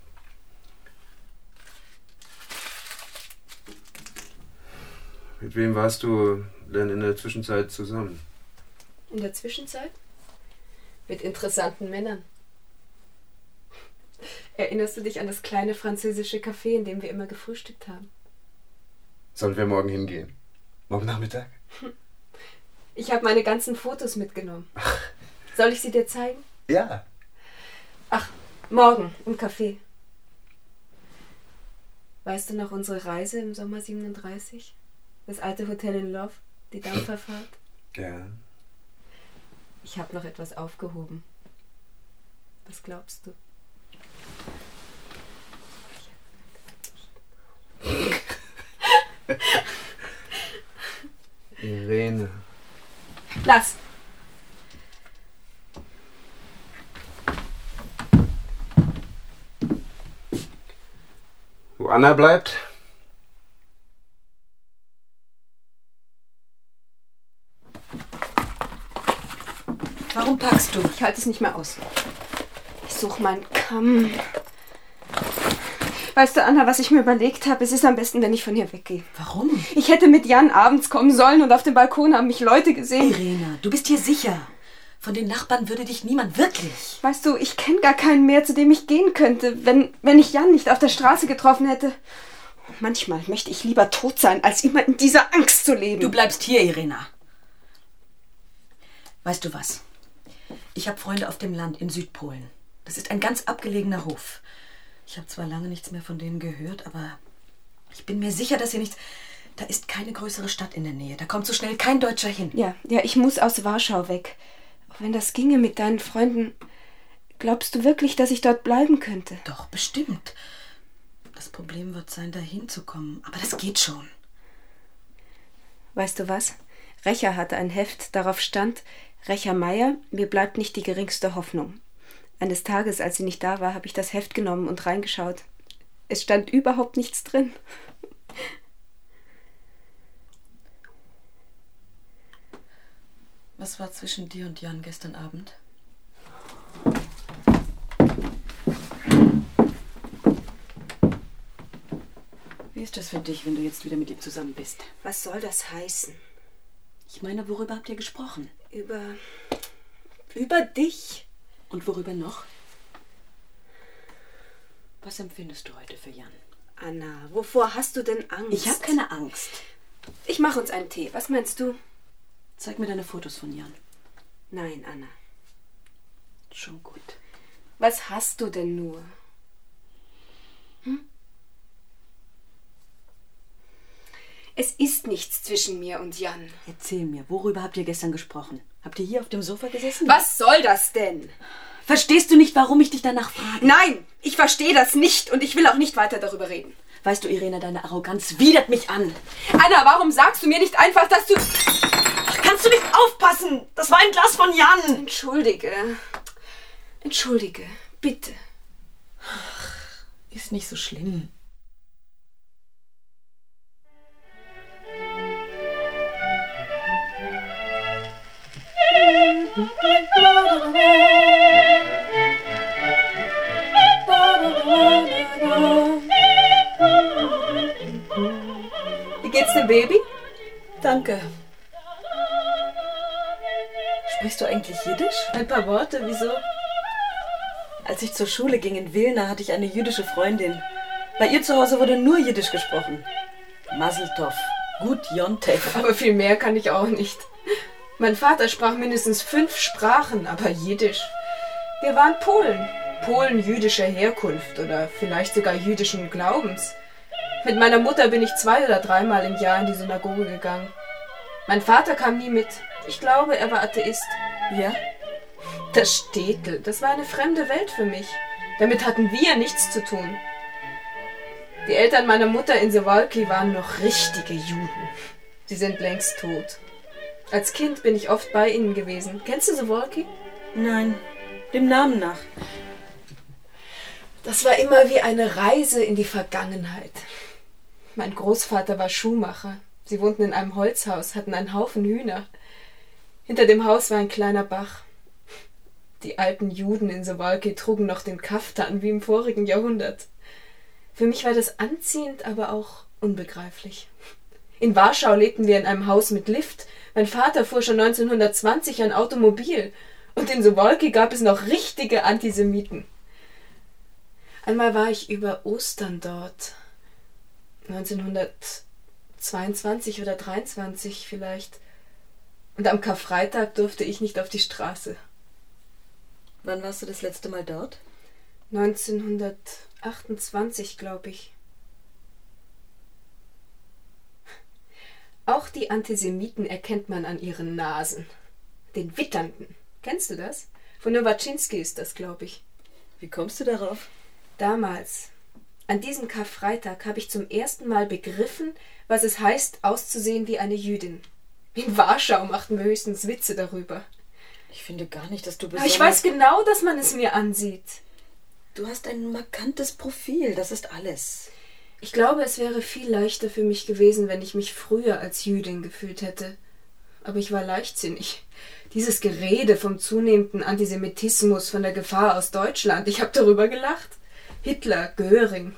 Speaker 7: Mit wem warst du denn in der Zwischenzeit zusammen?
Speaker 4: In der Zwischenzeit? Mit interessanten Männern. Erinnerst du dich an das kleine französische Café, in dem wir immer gefrühstückt haben?
Speaker 7: Sollen wir morgen hingehen? Morgen Nachmittag?
Speaker 4: Ich habe meine ganzen Fotos mitgenommen. Soll ich sie dir zeigen?
Speaker 7: Ja.
Speaker 4: Ach, morgen im Café. Weißt du noch unsere Reise im Sommer 37? Das alte Hotel in Love, die Dampferfahrt?
Speaker 7: Ja.
Speaker 4: Ich habe noch etwas aufgehoben. Was glaubst du?
Speaker 7: Irene.
Speaker 4: Lass!
Speaker 7: Wo Anna bleibt?
Speaker 4: Warum packst du?
Speaker 6: halt-
Speaker 4: Ich halte halt es nicht mehr aus. Ich suche meinen Kamm. Weißt du, Anna, was ich mir überlegt habe? Es ist am besten, wenn ich von hier weggehe.
Speaker 6: Warum?
Speaker 4: Ich hätte mit Jan abends kommen sollen und auf dem Balkon haben mich Leute gesehen.
Speaker 6: Irena, du bist hier sicher. Von den Nachbarn würde dich niemand wirklich.
Speaker 4: Weißt du, ich kenne gar keinen mehr, zu dem ich gehen könnte, wenn, wenn ich Jan nicht auf der Straße getroffen hätte. Manchmal möchte ich lieber tot sein, als immer in dieser Angst zu leben.
Speaker 6: Du bleibst hier, Irena. Weißt du was? Ich habe Freunde auf dem Land in Südpolen. Das ist ein ganz abgelegener Hof. Ich habe zwar lange nichts mehr von denen gehört, aber ich bin mir sicher, dass hier nichts. Da ist keine größere Stadt in der Nähe. Da kommt so schnell kein Deutscher hin.
Speaker 4: Ja, ja, ich muss aus Warschau weg. Auch wenn das ginge mit deinen Freunden, glaubst du wirklich, dass ich dort bleiben könnte?
Speaker 6: Doch, bestimmt. Das Problem wird sein, da hinzukommen. Aber das geht schon.
Speaker 4: Weißt du was? Recher hatte ein Heft, darauf stand: Recher Meier, mir bleibt nicht die geringste Hoffnung. Eines Tages, als sie nicht da war, habe ich das Heft genommen und reingeschaut. Es stand überhaupt nichts drin.
Speaker 6: Was war zwischen dir und Jan gestern Abend? Wie ist das für dich, wenn du jetzt wieder mit ihm zusammen bist?
Speaker 4: Was soll das heißen?
Speaker 6: Ich meine, worüber habt ihr gesprochen?
Speaker 4: Über. über dich?
Speaker 6: Und worüber noch? Was empfindest du heute für Jan?
Speaker 4: Anna, wovor hast du denn Angst?
Speaker 6: Ich habe keine Angst.
Speaker 4: Ich mache uns einen Tee. Was meinst du?
Speaker 6: Zeig mir deine Fotos von Jan.
Speaker 4: Nein, Anna.
Speaker 6: Schon gut.
Speaker 4: Was hast du denn nur? Hm? Es ist nichts zwischen mir und Jan.
Speaker 6: Erzähl mir, worüber habt ihr gestern gesprochen? Habt ihr hier auf dem Sofa gesessen?
Speaker 4: Was soll das denn?
Speaker 6: Verstehst du nicht, warum ich dich danach frage?
Speaker 4: Nein, ich verstehe das nicht und ich will auch nicht weiter darüber reden.
Speaker 6: Weißt du, Irena, deine Arroganz widert mich an.
Speaker 4: Anna, warum sagst du mir nicht einfach, dass du...
Speaker 6: Kannst du nicht aufpassen? Das war ein Glas von Jan.
Speaker 4: Entschuldige. Entschuldige, bitte.
Speaker 6: Ist nicht so schlimm.
Speaker 4: Wie geht's dir, Baby?
Speaker 6: Danke. Sprichst du eigentlich Jiddisch? Ein paar Worte, wieso? Als ich zur Schule ging in Wilna, hatte ich eine jüdische Freundin. Bei ihr zu Hause wurde nur Jiddisch gesprochen. Maseltov. Gut Jontef.
Speaker 4: Aber viel mehr kann ich auch nicht. Mein Vater sprach mindestens fünf Sprachen, aber Jiddisch. Wir waren Polen. Polen jüdischer Herkunft oder vielleicht sogar jüdischen Glaubens. Mit meiner Mutter bin ich zwei oder dreimal im Jahr in die Synagoge gegangen. Mein Vater kam nie mit. Ich glaube, er war Atheist.
Speaker 6: Ja?
Speaker 4: Das Städtel, das war eine fremde Welt für mich. Damit hatten wir nichts zu tun. Die Eltern meiner Mutter in Sewalki waren noch richtige Juden. Sie sind längst tot. Als Kind bin ich oft bei ihnen gewesen. Kennst du Sowolki?
Speaker 6: Nein, dem Namen nach.
Speaker 4: Das war immer wie eine Reise in die Vergangenheit. Mein Großvater war Schuhmacher. Sie wohnten in einem Holzhaus, hatten einen Haufen Hühner. Hinter dem Haus war ein kleiner Bach. Die alten Juden in Sowalki trugen noch den Kaftan wie im vorigen Jahrhundert. Für mich war das anziehend, aber auch unbegreiflich. In Warschau lebten wir in einem Haus mit Lift. Mein Vater fuhr schon 1920 ein Automobil. Und in Sowolki gab es noch richtige Antisemiten. Einmal war ich über Ostern dort. 1922 oder 23 vielleicht. Und am Karfreitag durfte ich nicht auf die Straße.
Speaker 6: Wann warst du das letzte Mal dort?
Speaker 4: 1928, glaube ich. Auch die Antisemiten erkennt man an ihren Nasen. Den Witternden. Kennst du das? Von Nowaczynski ist das, glaube ich.
Speaker 6: Wie kommst du darauf?
Speaker 4: Damals, an diesem Karfreitag, habe ich zum ersten Mal begriffen, was es heißt, auszusehen wie eine Jüdin. In Warschau machten wir höchstens Witze darüber.
Speaker 6: Ich finde gar nicht, dass du
Speaker 4: Aber
Speaker 6: besonders...
Speaker 4: ich weiß genau, dass man es mir ansieht.
Speaker 6: Du hast ein markantes Profil, das ist alles.
Speaker 4: Ich glaube, es wäre viel leichter für mich gewesen, wenn ich mich früher als Jüdin gefühlt hätte. Aber ich war leichtsinnig. Dieses Gerede vom zunehmenden Antisemitismus, von der Gefahr aus Deutschland, ich habe darüber gelacht. Hitler, Göring,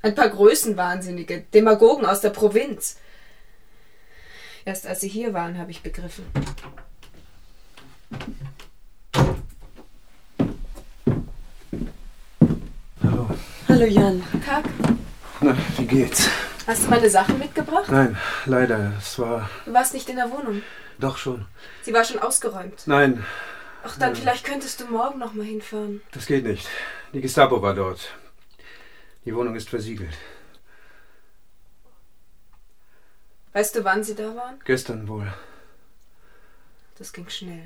Speaker 4: ein paar Größenwahnsinnige, Demagogen aus der Provinz. Erst als sie hier waren, habe ich begriffen.
Speaker 6: Hallo Jan.
Speaker 4: Kack,
Speaker 7: Oh, Na, wie geht's?
Speaker 4: hast du meine Sachen mitgebracht?
Speaker 7: Nein, leider. Es war
Speaker 4: Du warst nicht in der Wohnung.
Speaker 7: doch schon.
Speaker 4: Sie war schon ausgeräumt.
Speaker 7: Nein,
Speaker 4: Ach, dann vielleicht könntest du morgen noch mal hinfahren.
Speaker 7: das geht nicht. Die Gestapo war dort. Die Wohnung ist versiegelt.
Speaker 4: Weißt du, wann sie da waren?
Speaker 7: Gestern wohl.
Speaker 4: Das ging schnell.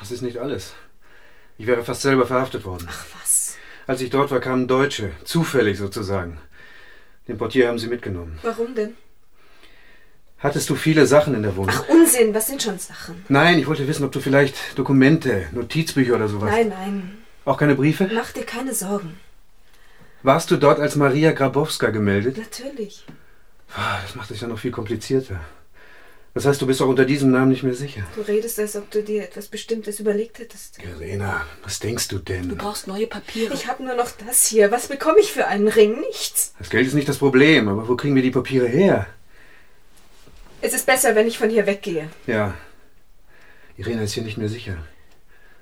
Speaker 7: Das ist nicht alles. Ich wäre fast selber verhaftet worden.
Speaker 4: Ach was?
Speaker 7: Als ich dort war, kamen Deutsche. Zufällig sozusagen. Den Portier haben sie mitgenommen.
Speaker 4: Warum denn?
Speaker 7: Hattest du viele Sachen in der Wohnung?
Speaker 4: Ach Unsinn, was sind schon Sachen?
Speaker 7: Nein, ich wollte wissen, ob du vielleicht Dokumente, Notizbücher oder sowas.
Speaker 4: Nein, nein,
Speaker 7: Auch keine Briefe?
Speaker 4: mach dir keine Sorgen.
Speaker 7: Warst du dort als Maria Grabowska gemeldet?
Speaker 4: Natürlich.
Speaker 7: Ah, Das macht es ja noch viel komplizierter. Das heißt, du bist auch unter diesem Namen nicht mehr sicher.
Speaker 4: Du redest, als ob du dir etwas Bestimmtes überlegt hättest.
Speaker 7: Irena, was denkst du
Speaker 6: Du
Speaker 7: denn?
Speaker 6: brauchst neue Papiere.
Speaker 4: Ich habe nur noch das hier. Was bekomme ich für einen Ring? Nichts.
Speaker 7: Das Geld ist nicht das Problem, aber wo kriegen wir die Papiere her?
Speaker 4: Es ist besser, wenn ich von hier weggehe.
Speaker 7: Ja. Irena ist hier nicht mehr sicher.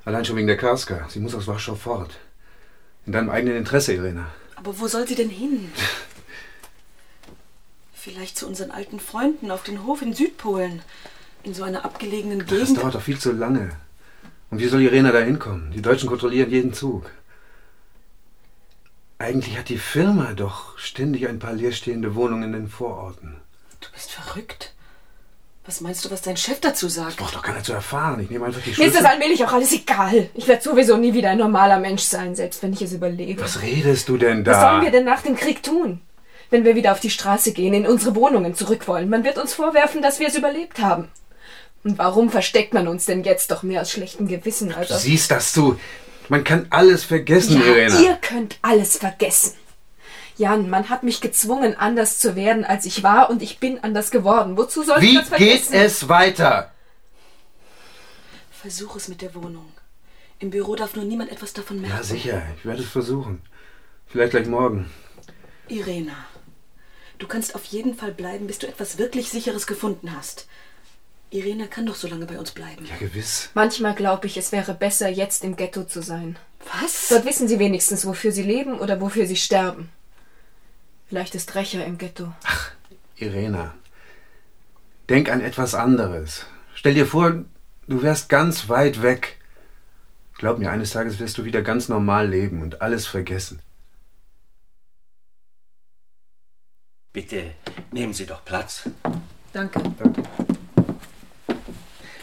Speaker 7: Allein schon wegen der Karska. Sie muss aus Warschau fort. In deinem eigenen Interesse, Irena.
Speaker 6: Aber wo soll sie denn hin? Vielleicht zu unseren alten Freunden auf den Hof in Südpolen. In so einer abgelegenen
Speaker 7: Das
Speaker 6: Gegend.
Speaker 7: dauert doch viel zu lange. Und wie soll Irena da hinkommen? Die Deutschen kontrollieren jeden Zug. Eigentlich hat die Firma doch ständig ein paar leerstehende Wohnungen in den Vororten.
Speaker 6: Du bist verrückt. Was meinst du, was dein Chef dazu sagt?
Speaker 7: Braucht doch keiner zu erfahren. Ich nehme einfach die
Speaker 4: Mir ist
Speaker 7: Schlüssel.
Speaker 4: das allmählich auch alles egal. Ich werde sowieso nie wieder ein normaler Mensch sein, selbst wenn ich es überlebe.
Speaker 7: Was redest du denn da?
Speaker 4: Was sollen wir denn nach dem Krieg tun? Wenn wir wieder auf die Straße gehen, in unsere Wohnungen zurück wollen, man wird uns vorwerfen, dass wir es überlebt haben. Und warum versteckt man uns denn jetzt doch mehr aus schlechtem Gewissen als
Speaker 7: Du
Speaker 4: aus...
Speaker 7: siehst das du. Man kann alles vergessen,
Speaker 4: Ja,
Speaker 7: Irena.
Speaker 4: ihr könnt alles vergessen. Jan, man hat mich gezwungen, anders zu werden, als ich war, und ich bin anders geworden. Wozu soll ich
Speaker 7: Wie
Speaker 4: das
Speaker 7: geht
Speaker 4: vergessen?
Speaker 7: es weiter?
Speaker 6: Versuch es mit der Wohnung. Im Büro darf nur niemand etwas davon merken.
Speaker 7: Ja, sicher. Ich werde es versuchen. Vielleicht gleich morgen.
Speaker 6: Irena, du kannst auf jeden Fall bleiben, bis du etwas wirklich Sicheres gefunden hast. Irena kann doch so lange bei uns bleiben.
Speaker 7: Ja, gewiss.
Speaker 4: Manchmal glaube ich, es wäre besser, jetzt im Ghetto zu sein.
Speaker 6: Was?
Speaker 4: Dort wissen sie wenigstens, wofür sie leben oder wofür sie sterben. Vielleicht ist Recher im Ghetto.
Speaker 7: Irena, denk an etwas anderes. Stell dir vor, du wärst ganz weit weg. Glaub mir, eines Tages wirst du wieder ganz normal leben und alles vergessen.
Speaker 2: Bitte, nehmen Sie doch Platz.
Speaker 6: Danke.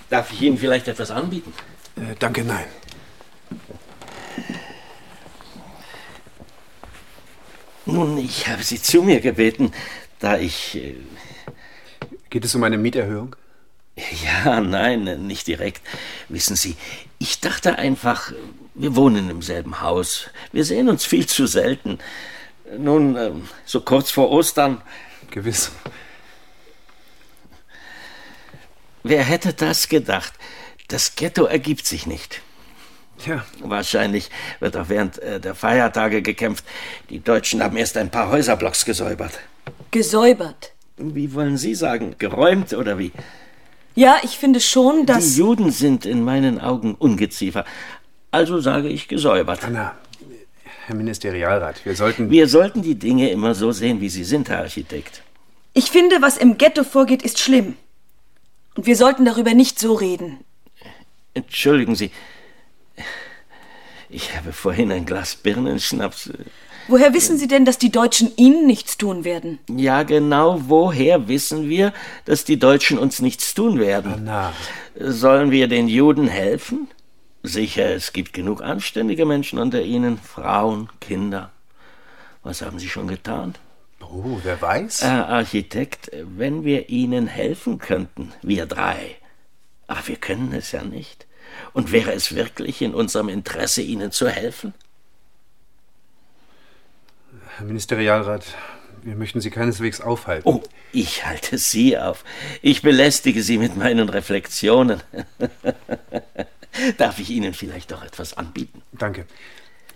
Speaker 2: Darf ich Ihnen vielleicht etwas anbieten?
Speaker 7: Äh, danke, nein.
Speaker 2: Nun, ich habe Sie zu mir gebeten, da ich... äh,
Speaker 7: Geht es um eine Mieterhöhung?
Speaker 8: Ja, nein, nicht direkt. Wissen Sie, ich dachte einfach, wir wohnen im selben Haus. Wir sehen uns viel zu selten. Nun, ähm, so kurz vor Ostern. Gewiss. Wer hätte das gedacht? Das Ghetto ergibt sich nicht.
Speaker 7: Ja.
Speaker 8: Wahrscheinlich wird auch während äh, der Feiertage gekämpft. Die Deutschen haben erst ein paar Häuserblocks gesäubert.
Speaker 6: Gesäubert.
Speaker 8: Wie wollen Sie sagen? Geräumt oder wie?
Speaker 6: Ja, ich finde schon, dass.
Speaker 8: Die Juden sind in meinen Augen Ungeziefer. Also sage ich gesäubert.
Speaker 7: Anna, Herr Ministerialrat, wir sollten.
Speaker 8: Wir sollten die Dinge immer so sehen, wie sie sind, Herr Architekt.
Speaker 6: Ich finde, was im Ghetto vorgeht, ist schlimm. Und wir sollten darüber nicht so reden.
Speaker 8: Entschuldigen Sie. Ich habe vorhin ein Glas Birnenschnaps.
Speaker 6: Woher wissen Sie denn, dass die Deutschen Ihnen nichts tun werden?
Speaker 8: Ja, genau. Woher wissen wir, dass die Deutschen uns nichts tun werden? Sollen wir den Juden helfen? Sicher, es gibt genug anständige Menschen unter ihnen, Frauen, Kinder. Was haben sie schon getan?
Speaker 7: Oh, wer weiß?
Speaker 8: Herr Architekt, wenn wir Ihnen helfen könnten, wir drei. Aber wir können es ja nicht. Und wäre es wirklich in unserem Interesse, Ihnen zu helfen?
Speaker 7: Herr Ministerialrat, wir möchten Sie keineswegs aufhalten.
Speaker 8: Oh, ich halte Sie auf. Ich belästige Sie mit meinen Reflexionen. Darf ich Ihnen vielleicht doch etwas anbieten?
Speaker 7: Danke.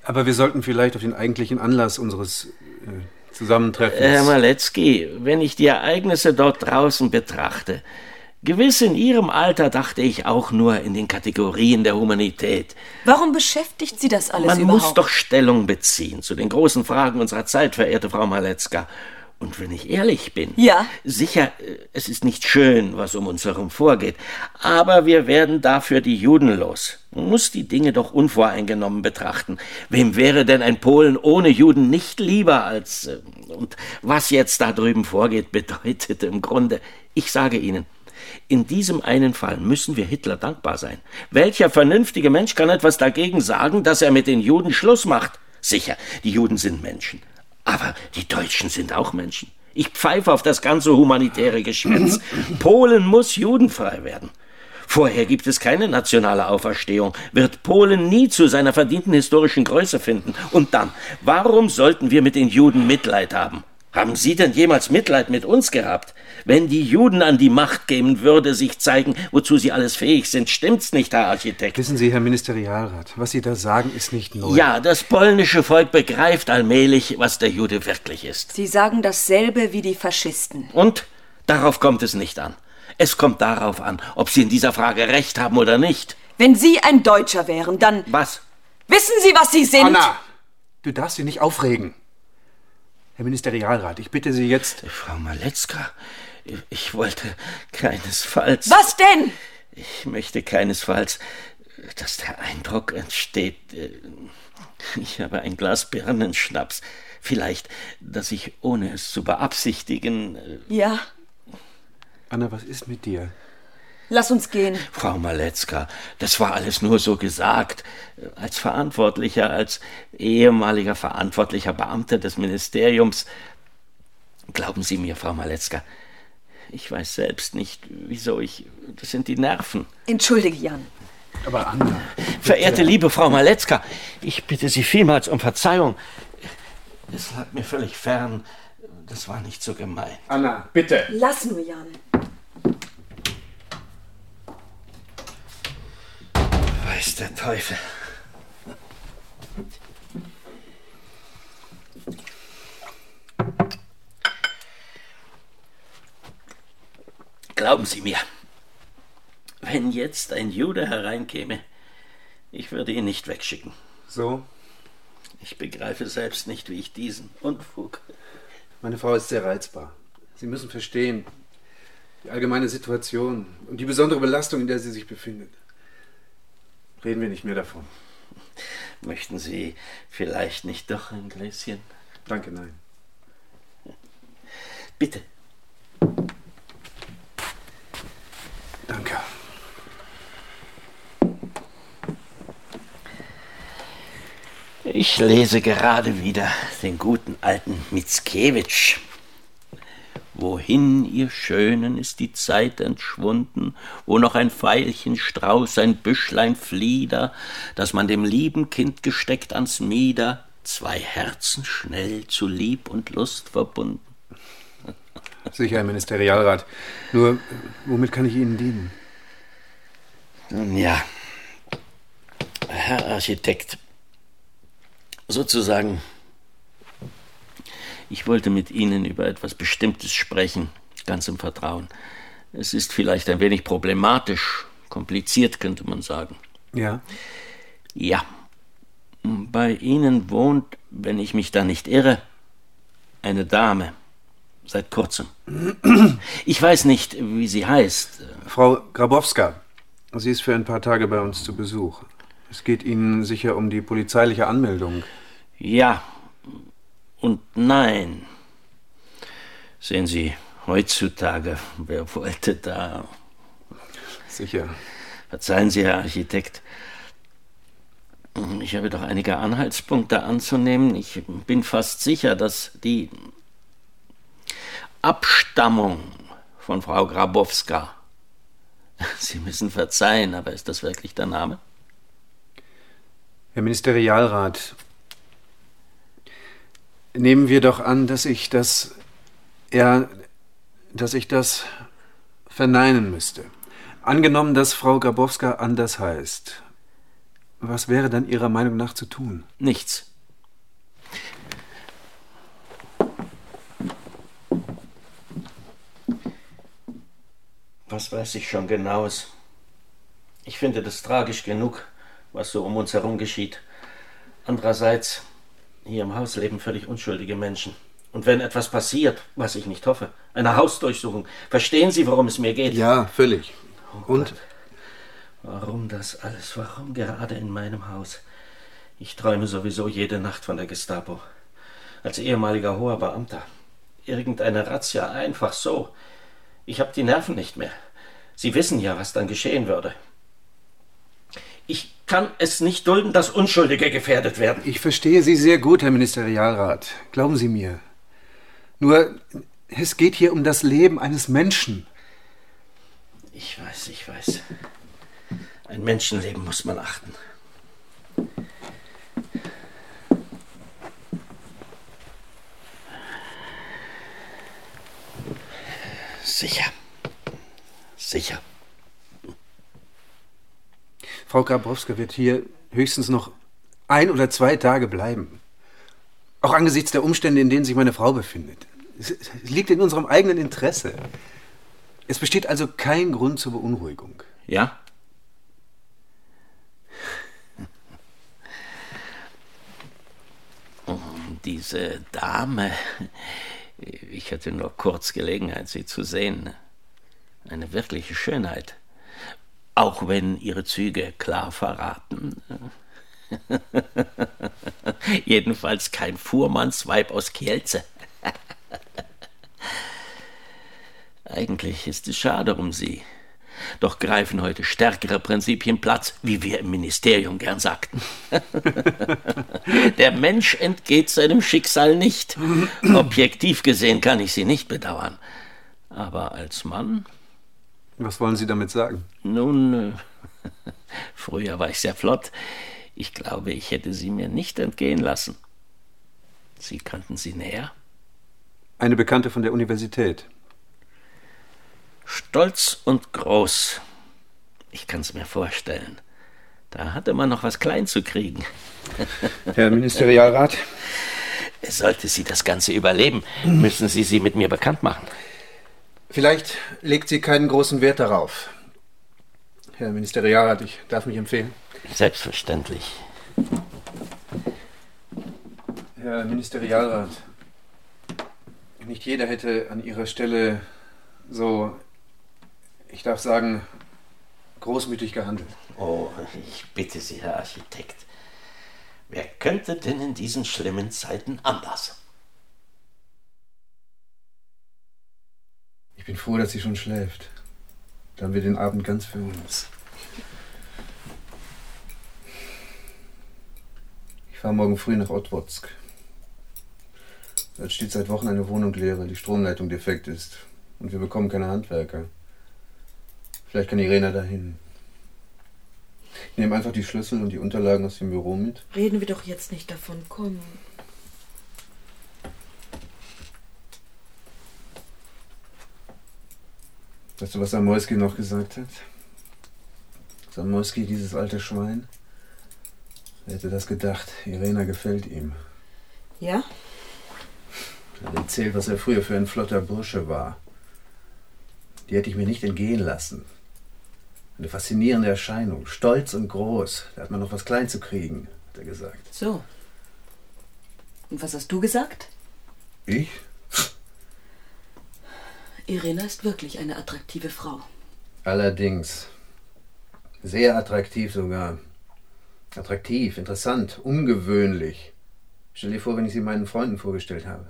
Speaker 7: Aber wir sollten vielleicht auf den eigentlichen Anlass unseres äh, Zusammentreffens.
Speaker 8: Herr Maletzki, wenn ich die Ereignisse dort draußen betrachte, gewiss in Ihrem Alter dachte ich auch nur in den Kategorien der Humanität.
Speaker 6: Warum beschäftigt Sie das alles
Speaker 8: Man
Speaker 6: überhaupt?
Speaker 8: muss doch Stellung beziehen zu den großen Fragen unserer Zeit, verehrte Frau Maletzka. Und wenn ich ehrlich bin,
Speaker 6: Ja.
Speaker 8: sicher, äh, es ist nicht schön, was um uns herum vorgeht, aber wir werden dafür die Juden los. Man muss die Dinge doch unvoreingenommen betrachten. Wem wäre denn ein Polen ohne Juden nicht lieber als... äh, Und was jetzt da drüben vorgeht, bedeutet im Grunde, ich sage Ihnen, in diesem einen Fall müssen wir Hitler dankbar sein. Welcher vernünftige Mensch kann etwas dagegen sagen, dass er mit den Juden Schluss macht? Sicher, die Juden sind Menschen. Aber die Deutschen sind auch Menschen. Ich pfeife auf das ganze humanitäre Geschwätz. Polen muss judenfrei werden. Vorher gibt es keine nationale Auferstehung, wird Polen nie zu seiner verdienten historischen Größe finden. Und dann, warum sollten wir mit den Juden Mitleid haben? Haben Sie denn jemals Mitleid mit uns gehabt? Wenn die Juden an die Macht kämen, würde sich zeigen, wozu sie alles fähig sind. Stimmt's nicht, Herr Architekt?
Speaker 7: Wissen Sie, Herr Ministerialrat, was Sie da sagen, ist nicht neu.
Speaker 8: Ja, das polnische Volk begreift allmählich, was der Jude wirklich ist.
Speaker 6: Sie sagen dasselbe wie die Faschisten.
Speaker 8: Und darauf kommt es nicht an. Es kommt darauf an, ob Sie in dieser Frage recht haben oder nicht.
Speaker 6: Wenn Sie ein Deutscher wären, dann.
Speaker 8: Was?
Speaker 6: Wissen Sie, was Sie sind?
Speaker 7: Anna, du darfst dich nicht aufregen. Herr Ministerialrat, ich bitte Sie jetzt.
Speaker 8: Frau Maletzka, ich wollte keinesfalls.
Speaker 6: Was denn?
Speaker 8: Ich möchte keinesfalls, dass der Eindruck entsteht, äh, ich habe ein Glas Birnenschnaps. Vielleicht, dass ich, ohne es zu beabsichtigen, äh,
Speaker 6: Ja,
Speaker 7: Anna, was ist mit dir?
Speaker 6: lass uns gehen.
Speaker 8: Frau Maletzka, das war alles nur so gesagt. Als Verantwortlicher, als ehemaliger verantwortlicher Beamter des Ministeriums. Glauben Sie mir, Frau Maletzka, ich weiß selbst nicht, wieso ich. Das sind die Nerven.
Speaker 6: Entschuldige, Jan.
Speaker 7: Aber Anna.
Speaker 8: Verehrte liebe Frau Maletzka, ich bitte Sie vielmals um Verzeihung. Es lag mir völlig fern. Das war nicht so gemein.
Speaker 7: Anna, bitte.
Speaker 6: Lass nur, Jan.
Speaker 8: Weiß der Teufel. Glauben Sie mir, wenn jetzt ein Jude hereinkäme, ich würde ihn nicht wegschicken.
Speaker 7: So,
Speaker 8: Ich begreife selbst nicht, wie ich diesen Unfug.
Speaker 7: meine Frau ist sehr reizbar. Sie müssen verstehen, die allgemeine Situation und die besondere Belastung, in der sie sich befindet. Reden wir nicht mehr davon.
Speaker 8: Möchten Sie vielleicht nicht doch ein Gläschen?
Speaker 7: Danke, nein.
Speaker 8: Bitte.
Speaker 7: Danke.
Speaker 8: Ich lese gerade wieder den guten alten Mickiewicz.
Speaker 2: Wohin, ihr Schönen, ist die Zeit entschwunden, wo noch ein Veilchen Strauß, ein Büschlein Flieder, das man dem lieben Kind gesteckt ans Mieder, zwei Herzen schnell zu Lieb und Lust verbunden.
Speaker 7: Sicher, Herr Ministerialrat. Nur, äh, womit kann ich Ihnen dienen?
Speaker 2: Nun ja, Herr Architekt, sozusagen, ich wollte mit Ihnen über etwas Bestimmtes sprechen, ganz im Vertrauen. Es ist vielleicht ein wenig problematisch, kompliziert könnte man sagen.
Speaker 7: Ja.
Speaker 2: Ja, bei Ihnen wohnt, wenn ich mich da nicht irre, eine Dame, seit kurzem. Ich weiß nicht, wie sie heißt.
Speaker 7: Frau Grabowska, sie ist für ein paar Tage bei uns zu Besuch. Es geht Ihnen sicher um die polizeiliche Anmeldung.
Speaker 2: Ja, und nein. Sehen Sie, heutzutage, wer wollte da?
Speaker 7: Sicher.
Speaker 2: Verzeihen Sie, Herr Architekt. Ich habe doch einige Anhaltspunkte anzunehmen. Ich bin fast sicher, dass die Abstammung von Frau Grabowska. Sie müssen verzeihen, aber ist das wirklich der Name?
Speaker 7: Herr Ministerialrat, nehmen wir doch an, dass ich das, ja, dass ich das verneinen müsste. Angenommen, dass Frau Grabowska anders heißt, was wäre dann Ihrer Meinung nach zu tun?
Speaker 2: Nichts. Was weiß ich schon genaues? Ich finde das tragisch genug, was so um uns herum geschieht. Andererseits, hier im Haus leben völlig unschuldige Menschen. Und wenn etwas passiert, was ich nicht hoffe, eine Hausdurchsuchung, verstehen Sie, worum es mir geht?
Speaker 7: Ja, völlig. Und?
Speaker 2: Warum das alles? Warum gerade in meinem Haus? Ich träume sowieso jede Nacht von der Gestapo. Als ehemaliger hoher Beamter. Irgendeine Razzia, einfach so. Ich habe die Nerven nicht mehr. Sie wissen ja, was dann geschehen würde. Ich kann es nicht dulden, dass Unschuldige gefährdet werden.
Speaker 7: Ich verstehe Sie sehr gut, Herr Ministerialrat. Glauben Sie mir. Nur, es geht hier um das Leben eines Menschen.
Speaker 2: Ich weiß, ich weiß. Ein Menschenleben muss man achten. Sicher. Sicher.
Speaker 7: Frau Grabowska wird hier höchstens noch ein oder zwei Tage bleiben. Auch angesichts der Umstände, in denen sich meine Frau befindet. Es es liegt in unserem eigenen Interesse. Es besteht also kein Grund zur Beunruhigung.
Speaker 2: Ja? Oh, Diese Dame. Ich hatte nur kurz Gelegenheit, sie zu sehen. Eine wirkliche Schönheit. Auch wenn ihre Züge klar verraten. Jedenfalls kein Fuhrmannsweib aus Kielze. Eigentlich ist es schade um sie. Doch greifen heute stärkere Prinzipien Platz, wie wir im Ministerium gern sagten. Der Mensch entgeht seinem Schicksal nicht. Objektiv gesehen kann ich sie nicht bedauern. Aber als Mann,
Speaker 7: Was wollen Sie damit sagen?
Speaker 2: nun, äh, früher war ich sehr flott. Ich glaube, ich hätte sie mir nicht entgehen lassen. Sie kannten sie näher?
Speaker 7: Eine Bekannte von der Universität.
Speaker 2: Stolz und groß. Ich kann's mir vorstellen. Da hatte man noch was klein zu kriegen.
Speaker 7: Herr Ministerialrat.
Speaker 2: Sollte sie das Ganze überleben, müssen Sie sie mit mir bekannt machen.
Speaker 7: Vielleicht legt sie keinen großen Wert darauf. Herr Ministerialrat, ich darf mich empfehlen.
Speaker 2: Selbstverständlich.
Speaker 7: Herr Ministerialrat, nicht jeder hätte an Ihrer Stelle so, ich darf sagen, großmütig gehandelt.
Speaker 2: Oh, ich bitte Sie, Herr Architekt. Wer könnte denn in diesen schlimmen Zeiten anders?
Speaker 7: Ich bin froh, dass sie schon schläft. Dann haben wir den Abend ganz für uns. Ich fahre morgen früh nach Otwotsk. Dort steht seit Wochen eine Wohnung leere, die Stromleitung defekt ist. Und wir bekommen keine Handwerker. Vielleicht kann Irena dahin. Ich nehme einfach die Schlüssel und die Unterlagen aus dem Büro mit.
Speaker 6: Reden wir doch jetzt nicht davon. Komm.
Speaker 7: Weißt du, was Samolski noch gesagt hat? Samolski, dieses alte Schwein. Wer hätte das gedacht? Irena gefällt ihm.
Speaker 6: Ja?
Speaker 7: Er erzählt, was er früher für ein flotter Bursche war. Die hätte ich mir nicht entgehen lassen. Eine faszinierende Erscheinung, stolz und groß. Da hat man noch was klein zu kriegen, hat er gesagt.
Speaker 6: So. Und was hast du gesagt?
Speaker 7: Ich?
Speaker 11: Irena ist wirklich eine attraktive Frau.
Speaker 7: Allerdings. Sehr attraktiv sogar. Attraktiv, interessant, ungewöhnlich. Stell dir vor, wenn ich sie meinen Freunden vorgestellt habe.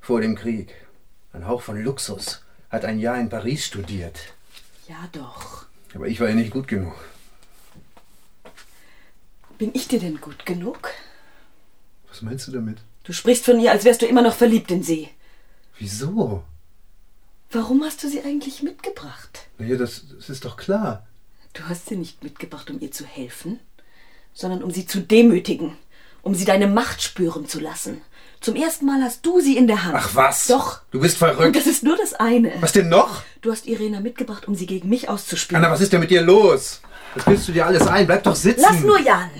Speaker 7: Vor dem Krieg. Ein Hauch von Luxus. Hat ein Jahr in Paris studiert.
Speaker 11: Ja doch.
Speaker 7: Aber ich war ja nicht gut genug.
Speaker 6: Bin ich dir denn gut genug?
Speaker 7: Was meinst du damit?
Speaker 6: Du sprichst von ihr, als wärst du immer noch verliebt in sie.
Speaker 7: Wieso?
Speaker 6: Warum hast du sie eigentlich mitgebracht?
Speaker 7: Naja, das, das ist doch klar.
Speaker 6: Du hast sie nicht mitgebracht, um ihr zu helfen, sondern um sie zu demütigen, um sie deine Macht spüren zu lassen. Zum ersten Mal hast du sie in der Hand.
Speaker 7: Ach was?
Speaker 6: Doch.
Speaker 7: Du bist
Speaker 6: Und
Speaker 7: verrückt.
Speaker 6: das ist nur das eine.
Speaker 7: was denn noch?
Speaker 6: Du hast Irena mitgebracht, um sie gegen mich auszuspielen.
Speaker 7: Anna, was ist denn mit dir los? Was bildest du dir alles ein? Bleib doch sitzen.
Speaker 6: Lass nur, Jan.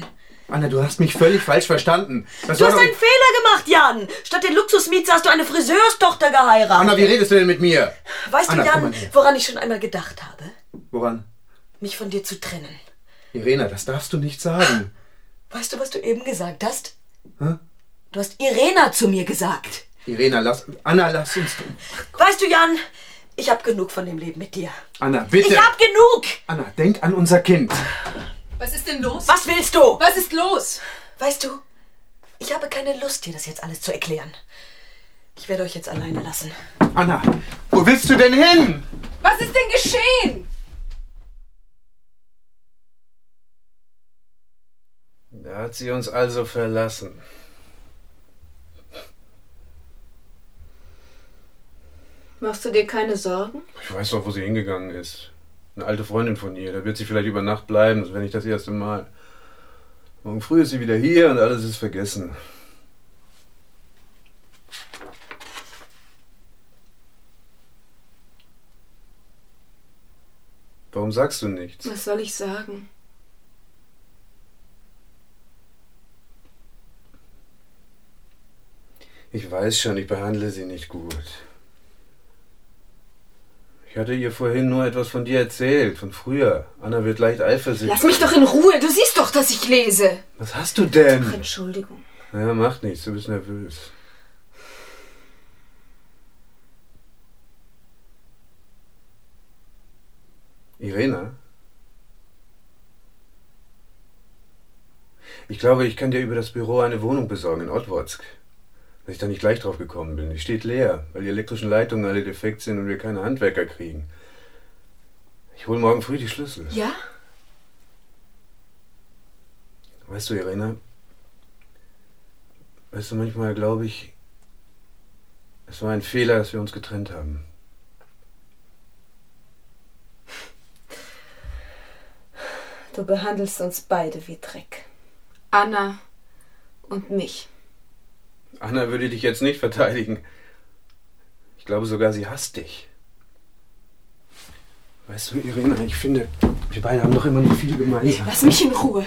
Speaker 7: Anna, du hast mich völlig falsch verstanden. Das
Speaker 6: Du
Speaker 7: war
Speaker 6: hast
Speaker 7: doch-
Speaker 6: einen Fehler gemacht, Jan. Statt den Luxusmieze hast du eine Friseurstochter geheiratet.
Speaker 7: Anna, wie redest du denn mit mir?
Speaker 6: Weißt
Speaker 7: Anna,
Speaker 6: du,
Speaker 7: komm mal
Speaker 6: Jan,
Speaker 7: her.
Speaker 6: woran ich schon einmal gedacht habe?
Speaker 7: Woran?
Speaker 6: Mich von dir zu trennen.
Speaker 7: Irena, das darfst du nicht sagen.
Speaker 6: Weißt du, was du eben gesagt hast?
Speaker 7: Hä?
Speaker 6: Du hast Irena zu mir gesagt.
Speaker 7: Irena, lass. Anna, lass uns.
Speaker 6: Weißt du, Jan, ich hab genug von dem Leben mit dir.
Speaker 7: Anna, bitte.
Speaker 6: Ich hab genug!
Speaker 7: Anna, denk an unser Kind.
Speaker 6: Was ist denn los? Was willst du? Was ist los? Weißt du, ich habe keine Lust, dir das jetzt alles zu erklären. Ich werde euch jetzt alleine lassen.
Speaker 7: Anna, wo willst du denn hin?
Speaker 12: Was ist denn geschehen?
Speaker 7: Da hat sie uns also verlassen.
Speaker 4: Machst du dir keine Sorgen?
Speaker 7: Ich weiß doch, wo sie hingegangen ist. Eine alte Freundin von ihr. Da wird sie vielleicht über Nacht bleiben. Das wäre nicht das erste Mal. Morgen früh ist sie wieder hier und alles ist vergessen. Warum sagst du nichts?
Speaker 4: Was soll ich sagen?
Speaker 7: Ich weiß schon, ich behandle sie nicht gut. Ich hatte ihr vorhin nur etwas von dir erzählt, von früher. Anna wird leicht eifersüchtig.
Speaker 4: Lass mich doch in Ruhe, du siehst doch, dass ich lese.
Speaker 7: Was hast du denn?
Speaker 4: Entschuldigung.
Speaker 7: Ja, macht nichts, du bist nervös. Irena? Ich glaube, ich kann dir über das Büro eine Wohnung besorgen in Ottwotsk. Dass ich da nicht gleich drauf gekommen bin. Die steht leer, weil die elektrischen Leitungen alle defekt sind und wir keine Handwerker kriegen. Ich hole morgen früh die Schlüssel.
Speaker 4: Ja?
Speaker 7: Weißt du, Irena, weißt du, manchmal glaube ich, es war ein Fehler, dass wir uns getrennt haben.
Speaker 4: Du behandelst uns beide wie Dreck. Anna und mich.
Speaker 7: Anna würde dich jetzt nicht verteidigen. Ich glaube sogar, sie hasst dich. Weißt du, Irena, ich finde, wir beide haben doch immer noch viel gemeinsam.
Speaker 4: Lass mich in Ruhe.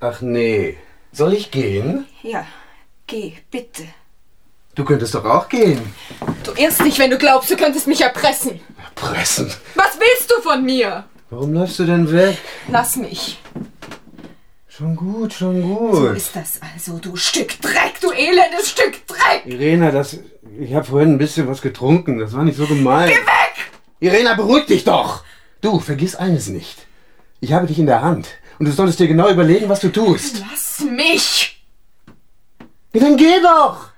Speaker 7: Ach nee. Soll ich gehen?
Speaker 4: Ja, geh, bitte.
Speaker 7: Du könntest doch auch gehen.
Speaker 4: Du irrst dich, wenn du glaubst, du könntest mich erpressen.
Speaker 7: Pressen.
Speaker 4: Was willst du von mir?
Speaker 7: Warum läufst du denn weg?
Speaker 4: Lass mich.
Speaker 7: Schon gut, schon gut.
Speaker 4: das also, du Stück Dreck, du elendes Stück Dreck!
Speaker 7: Irena, das. Ich habe vorhin ein bisschen was getrunken. Das war nicht so gemein. Geh weg! Irena, beruhig dich doch! Du, vergiss eines nicht. Ich habe dich in der Hand. Und du solltest dir genau überlegen, was du tust.
Speaker 4: Lass mich!
Speaker 7: Ja, dann geh doch!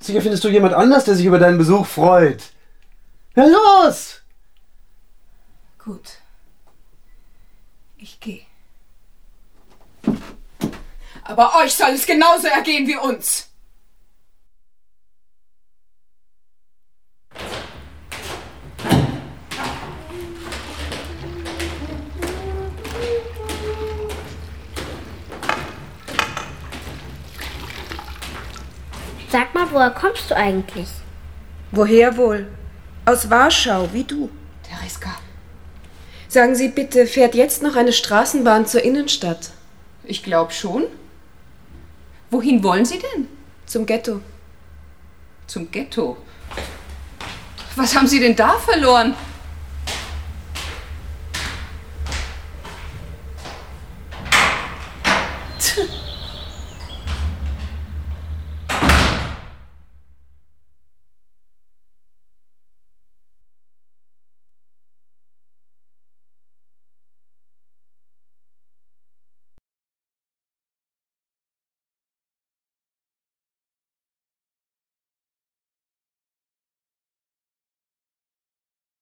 Speaker 7: Sicher findest du jemand anders, der sich über deinen Besuch freut. Na los!
Speaker 4: Gut. Ich gehe.
Speaker 6: Aber euch soll es genauso ergehen wie uns.
Speaker 8: Anna, woher kommst du eigentlich?
Speaker 13: Woher wohl? Aus Warschau, wie du.
Speaker 4: Tereska. Sagen Sie bitte, fährt jetzt noch eine Straßenbahn zur Innenstadt? Ich glaube schon. Wohin wollen Sie denn? Zum Ghetto.
Speaker 9: Zum Ghetto. Was haben Sie denn da verloren?